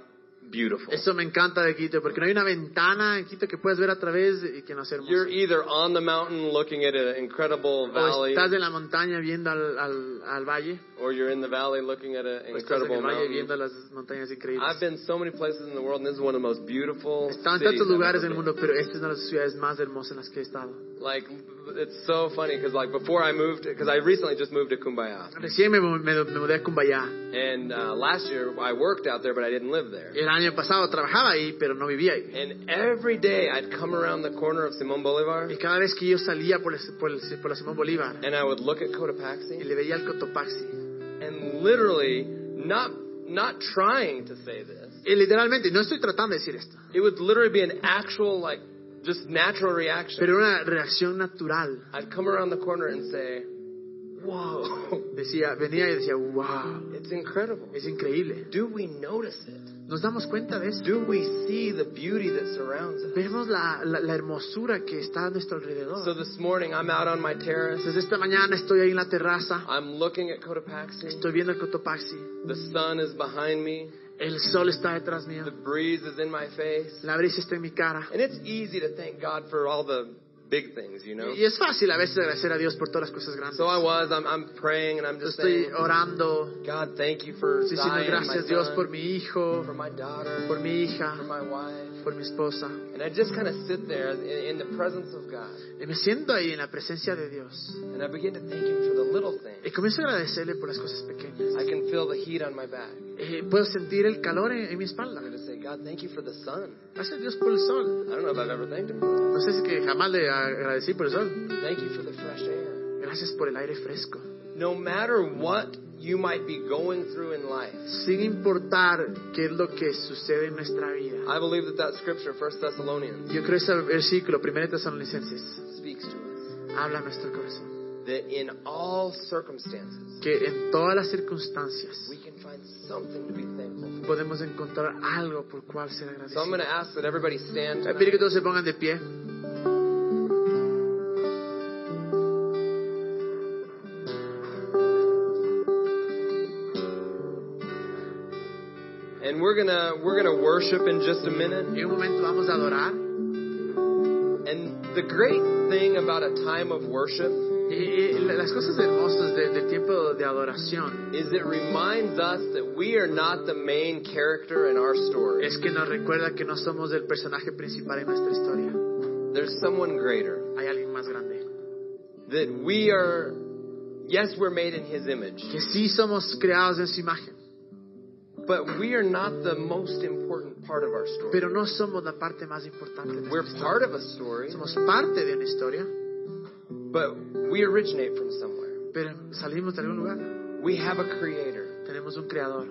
Speaker 1: beautiful.
Speaker 2: Eso me encanta de Quito, porque no hay una ventana en Quito que puedas ver a través y que no sea
Speaker 1: You're
Speaker 2: hermosa.
Speaker 1: either on the mountain looking at an incredible
Speaker 2: O
Speaker 1: valley,
Speaker 2: estás en la montaña viendo al, al, al valle,
Speaker 1: or you're in the valley looking at an
Speaker 2: o estás en el
Speaker 1: incredible
Speaker 2: valle viendo
Speaker 1: mountain.
Speaker 2: las montañas
Speaker 1: I've
Speaker 2: increíbles.
Speaker 1: been so many places in the world, and this is one of the most beautiful.
Speaker 2: He estado en
Speaker 1: cities
Speaker 2: tantos
Speaker 1: I've
Speaker 2: lugares
Speaker 1: ever
Speaker 2: del
Speaker 1: been.
Speaker 2: mundo, pero esta es una de las ciudades más hermosas en las que he estado.
Speaker 1: Like, it's so funny because like before I moved, because I recently just moved to Kumbaya,
Speaker 2: Recién me, mu- me- me mudé a Cumbayá.
Speaker 1: and uh, last year I worked out there, but I didn't live there.
Speaker 2: El año pasado trabajaba ahí, pero no vivía ahí.
Speaker 1: And every day I'd come around the corner of Simón Bolivar,
Speaker 2: Y cada vez que yo salía por la, por el- por la Simón Bolívar
Speaker 1: and I would look at
Speaker 2: y
Speaker 1: Cotopaxi,
Speaker 2: le veía el Cotopaxi,
Speaker 1: and literally not not trying to say this,
Speaker 2: y literalmente, no estoy tratando de decir esto,
Speaker 1: it would literally be an actual like just natural reaction.
Speaker 2: pero era una reacción natural.
Speaker 1: I'd come around the corner and say, "Whoa, [laughs]
Speaker 2: Decía, venía y decía, wow,
Speaker 1: it's incredible."
Speaker 2: es increíble.
Speaker 1: Do we notice it?
Speaker 2: Nos damos cuenta de eso.
Speaker 1: Do we see the beauty that surrounds us?
Speaker 2: Vemos la, la- la hermosura que está a nuestro alrededor.
Speaker 1: So this morning I'm out on my terrace.
Speaker 2: Entonces esta mañana estoy ahí en la terraza,
Speaker 1: I'm looking at Cotopaxi.
Speaker 2: estoy viendo el Cotopaxi,
Speaker 1: The sun is behind me.
Speaker 2: el sol está detrás mío,
Speaker 1: The breeze is in my face.
Speaker 2: la brisa está en mi cara.
Speaker 1: And it's easy to thank God for all the big things, you know?
Speaker 2: Y es fácil a veces agradecer a Dios por todas las cosas grandes.
Speaker 1: So I was, I'm, I'm praying and I'm
Speaker 2: Yo
Speaker 1: just
Speaker 2: estoy
Speaker 1: saying,
Speaker 2: orando,
Speaker 1: God, thank you for
Speaker 2: estoy diciendo
Speaker 1: Zion, my
Speaker 2: gracias Dios por
Speaker 1: son,
Speaker 2: mi hijo,
Speaker 1: for my daughter,
Speaker 2: por mi
Speaker 1: for
Speaker 2: hija,
Speaker 1: my wife.
Speaker 2: por mi esposa.
Speaker 1: And I just kind of sit there in, in the presence of God
Speaker 2: Y me siento ahí en la presencia de Dios
Speaker 1: and I begin to thank Him for the little
Speaker 2: y
Speaker 1: things.
Speaker 2: comienzo a agradecerle por las cosas pequeñas.
Speaker 1: I can feel the heat on my back.
Speaker 2: Eh, puedo sentir el calor en, en mi espalda.
Speaker 1: I'm going to say, God, thank you for the sun.
Speaker 2: Gracias Dios por el sol.
Speaker 1: I don't know if I've ever thanked Him for that.
Speaker 2: No sé si es que jamás le agradecí por el sol.
Speaker 1: Thank you for the fresh air.
Speaker 2: Gracias por el aire fresco.
Speaker 1: No matter what you might be going through in life,
Speaker 2: Sin importar qué es lo que sucede en nuestra vida.
Speaker 1: I believe that that scripture, 1 Thessalonians,
Speaker 2: Yo creo ese versículo, 1 Tesalonicenses,
Speaker 1: speaks to us.
Speaker 2: habla a nuestro corazón.
Speaker 1: That in all circumstances,
Speaker 2: Que en todas las circunstancias
Speaker 1: we can find something to be thankful
Speaker 2: podemos encontrar algo por cual ser
Speaker 1: for. So I'm going
Speaker 2: agradecidos.
Speaker 1: to ask that everybody stand.
Speaker 2: Voy a pedir
Speaker 1: tonight.
Speaker 2: que todos se pongan de pie.
Speaker 1: And we're going to we're going to worship in just a minute.
Speaker 2: En un momento vamos a adorar.
Speaker 1: And the great thing about a time of worship
Speaker 2: Eh, eh, la- las cosas hermosas de- del tiempo de adoración
Speaker 1: is it reminds us that we are not the main character in our story.
Speaker 2: es que nos recuerda que no somos el personaje principal en nuestra historia.
Speaker 1: There's someone greater.
Speaker 2: Hay alguien más grande.
Speaker 1: That we are, yes, we're made in His image,
Speaker 2: Que sí somos creados en su imagen,
Speaker 1: but we are not the most important part of our story.
Speaker 2: pero no somos la parte más importante de nuestra
Speaker 1: We're
Speaker 2: historia.
Speaker 1: part of a story,
Speaker 2: Somos parte de una historia,
Speaker 1: but we originate from somewhere.
Speaker 2: pero salimos de algún lugar.
Speaker 1: We have a creator.
Speaker 2: Tenemos un creador.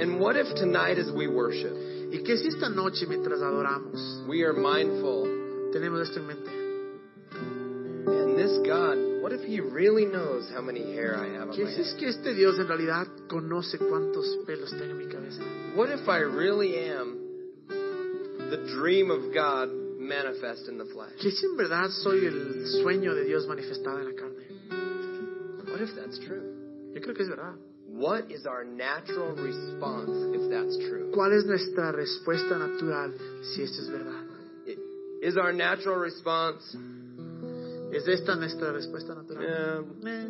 Speaker 1: And what if tonight, as we worship,
Speaker 2: ¿Y qué si esta noche mientras adoramos
Speaker 1: we are mindful
Speaker 2: tenemos esto en mente?
Speaker 1: and this God, what if He really knows how many hair I have on
Speaker 2: ¿Qué
Speaker 1: my
Speaker 2: si es
Speaker 1: head?
Speaker 2: que este Dios en realidad conoce cuántos pelos tengo en mi cabeza?
Speaker 1: What if I really am the dream of God manifest in the flesh?
Speaker 2: ¿Qué si en verdad soy el sueño de Dios manifestado en la carne?
Speaker 1: What if that's true?
Speaker 2: Yo creo que es verdad.
Speaker 1: What is our natural response if that's true?
Speaker 2: ¿Cuál es nuestra respuesta natural si esto es verdad?
Speaker 1: I- Is our natural response,
Speaker 2: ¿Es esta nuestra respuesta natural?
Speaker 1: eh,
Speaker 2: Eh,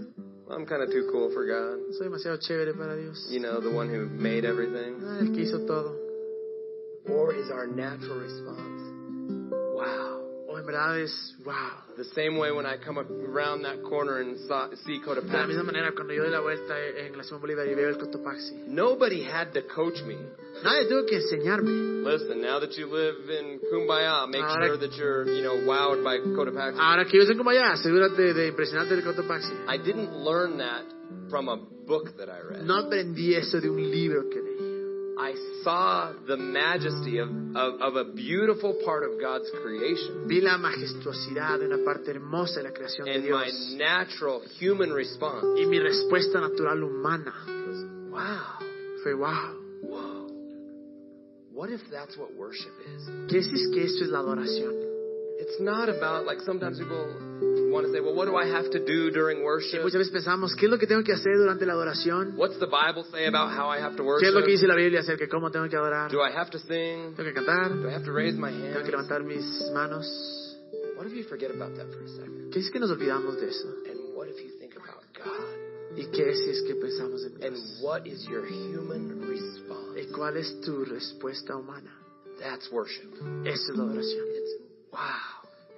Speaker 1: I'm kind of too cool for God?
Speaker 2: soy demasiado chévere para Dios.
Speaker 1: You know, the one who made everything?
Speaker 2: Ah, el que hizo todo.
Speaker 1: Or is our natural response, wow?
Speaker 2: O Oh, en verdad es, wow.
Speaker 1: The same way when I come up around that corner and saw, see
Speaker 2: De la
Speaker 1: Cotopaxi.
Speaker 2: misma manera, cuando yo doy la vuelta eh, en la Simón Bolívar y veo el Cotopaxi,
Speaker 1: Nobody had to coach me.
Speaker 2: nadie tuvo que enseñarme.
Speaker 1: Listen, now that you live in Kumbaya, make
Speaker 2: Ahora-
Speaker 1: sure that you're, you know, wowed by Cotopaxi.
Speaker 2: Ahora que yo sé cómo allá, asegúrate de impresionarte del Cotopaxi.
Speaker 1: I didn't learn that from a book that I read.
Speaker 2: No aprendí eso de un libro que leí.
Speaker 1: I saw the majesty of, of, of a beautiful part of God's creation.
Speaker 2: Vi la majestuosidad de una parte hermosa de la creación de
Speaker 1: And my
Speaker 2: Dios.
Speaker 1: natural human response
Speaker 2: Y mi respuesta natural humana
Speaker 1: was, wow,
Speaker 2: fue, wow.
Speaker 1: whoa. What if that's what worship is?
Speaker 2: ¿Qué si es que eso es la adoración?
Speaker 1: It's not about like sometimes people want to say, well, what do I have to do during
Speaker 2: Y
Speaker 1: worship?
Speaker 2: muchas veces pensamos, ¿qué es lo que tengo que hacer durante la adoración?
Speaker 1: What's the Bible say about how I have to
Speaker 2: ¿Qué
Speaker 1: worship?
Speaker 2: es lo que dice la Biblia acerca de cómo tengo que adorar?
Speaker 1: Do I have to sing?
Speaker 2: ¿Tengo que cantar?
Speaker 1: Do I have to raise my
Speaker 2: ¿Tengo que
Speaker 1: hand?
Speaker 2: levantar mis manos?
Speaker 1: What if you forget about that for a second?
Speaker 2: ¿Qué es que nos olvidamos de eso?
Speaker 1: And what if you think about God?
Speaker 2: ¿Y qué si es que pensamos en
Speaker 1: And
Speaker 2: Dios?
Speaker 1: what is your human response?
Speaker 2: ¿Y cuál es tu respuesta humana?
Speaker 1: That's worship.
Speaker 2: Esa es la adoración.
Speaker 1: It's wow,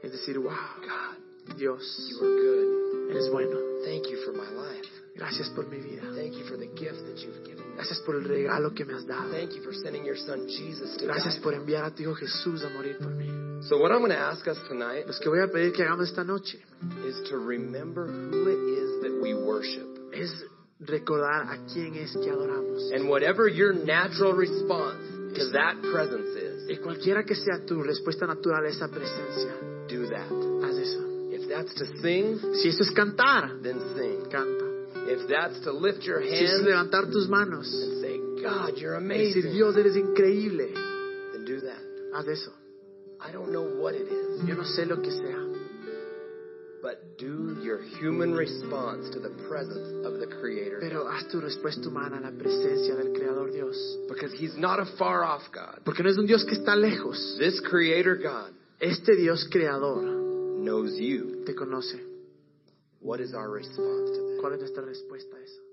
Speaker 2: Es decir, wow,
Speaker 1: God, you
Speaker 2: Dios,
Speaker 1: are good.
Speaker 2: eres bueno.
Speaker 1: Thank you for my life.
Speaker 2: Gracias por mi vida.
Speaker 1: Thank you for the gift that you've given me.
Speaker 2: Gracias por el regalo que me has dado.
Speaker 1: Thank you for sending your son Jesus to
Speaker 2: Gracias
Speaker 1: die.
Speaker 2: por enviar a tu Hijo Jesús a morir por mí.
Speaker 1: So what I'm going to ask us tonight
Speaker 2: Los que voy a pedir que hagamos esta noche
Speaker 1: is to remember who it is that we worship.
Speaker 2: es recordar a quién es que adoramos.
Speaker 1: And whatever your natural response to that presence is,
Speaker 2: Y cualquiera que sea tu respuesta natural a esa presencia,
Speaker 1: do that.
Speaker 2: haz eso.
Speaker 1: If that's to sing,
Speaker 2: Si eso es cantar,
Speaker 1: then sing.
Speaker 2: canta.
Speaker 1: If that's to lift your
Speaker 2: Si es
Speaker 1: hands
Speaker 2: levantar tus manos,
Speaker 1: and say, God, you're
Speaker 2: decir
Speaker 1: amazing,
Speaker 2: Dios eres increíble,
Speaker 1: then do that.
Speaker 2: haz eso.
Speaker 1: I don't know what it is,
Speaker 2: Yo no sé lo que sea,
Speaker 1: but do your human response to the presence of the Creator.
Speaker 2: pero haz tu respuesta humana a la presencia del Creador Dios.
Speaker 1: Because He's not a far off God.
Speaker 2: Porque no es un Dios que está lejos.
Speaker 1: This Creator God
Speaker 2: Este Dios creador
Speaker 1: knows you.
Speaker 2: te conoce.
Speaker 1: What is our response to that?
Speaker 2: ¿Cuál es nuestra respuesta a eso?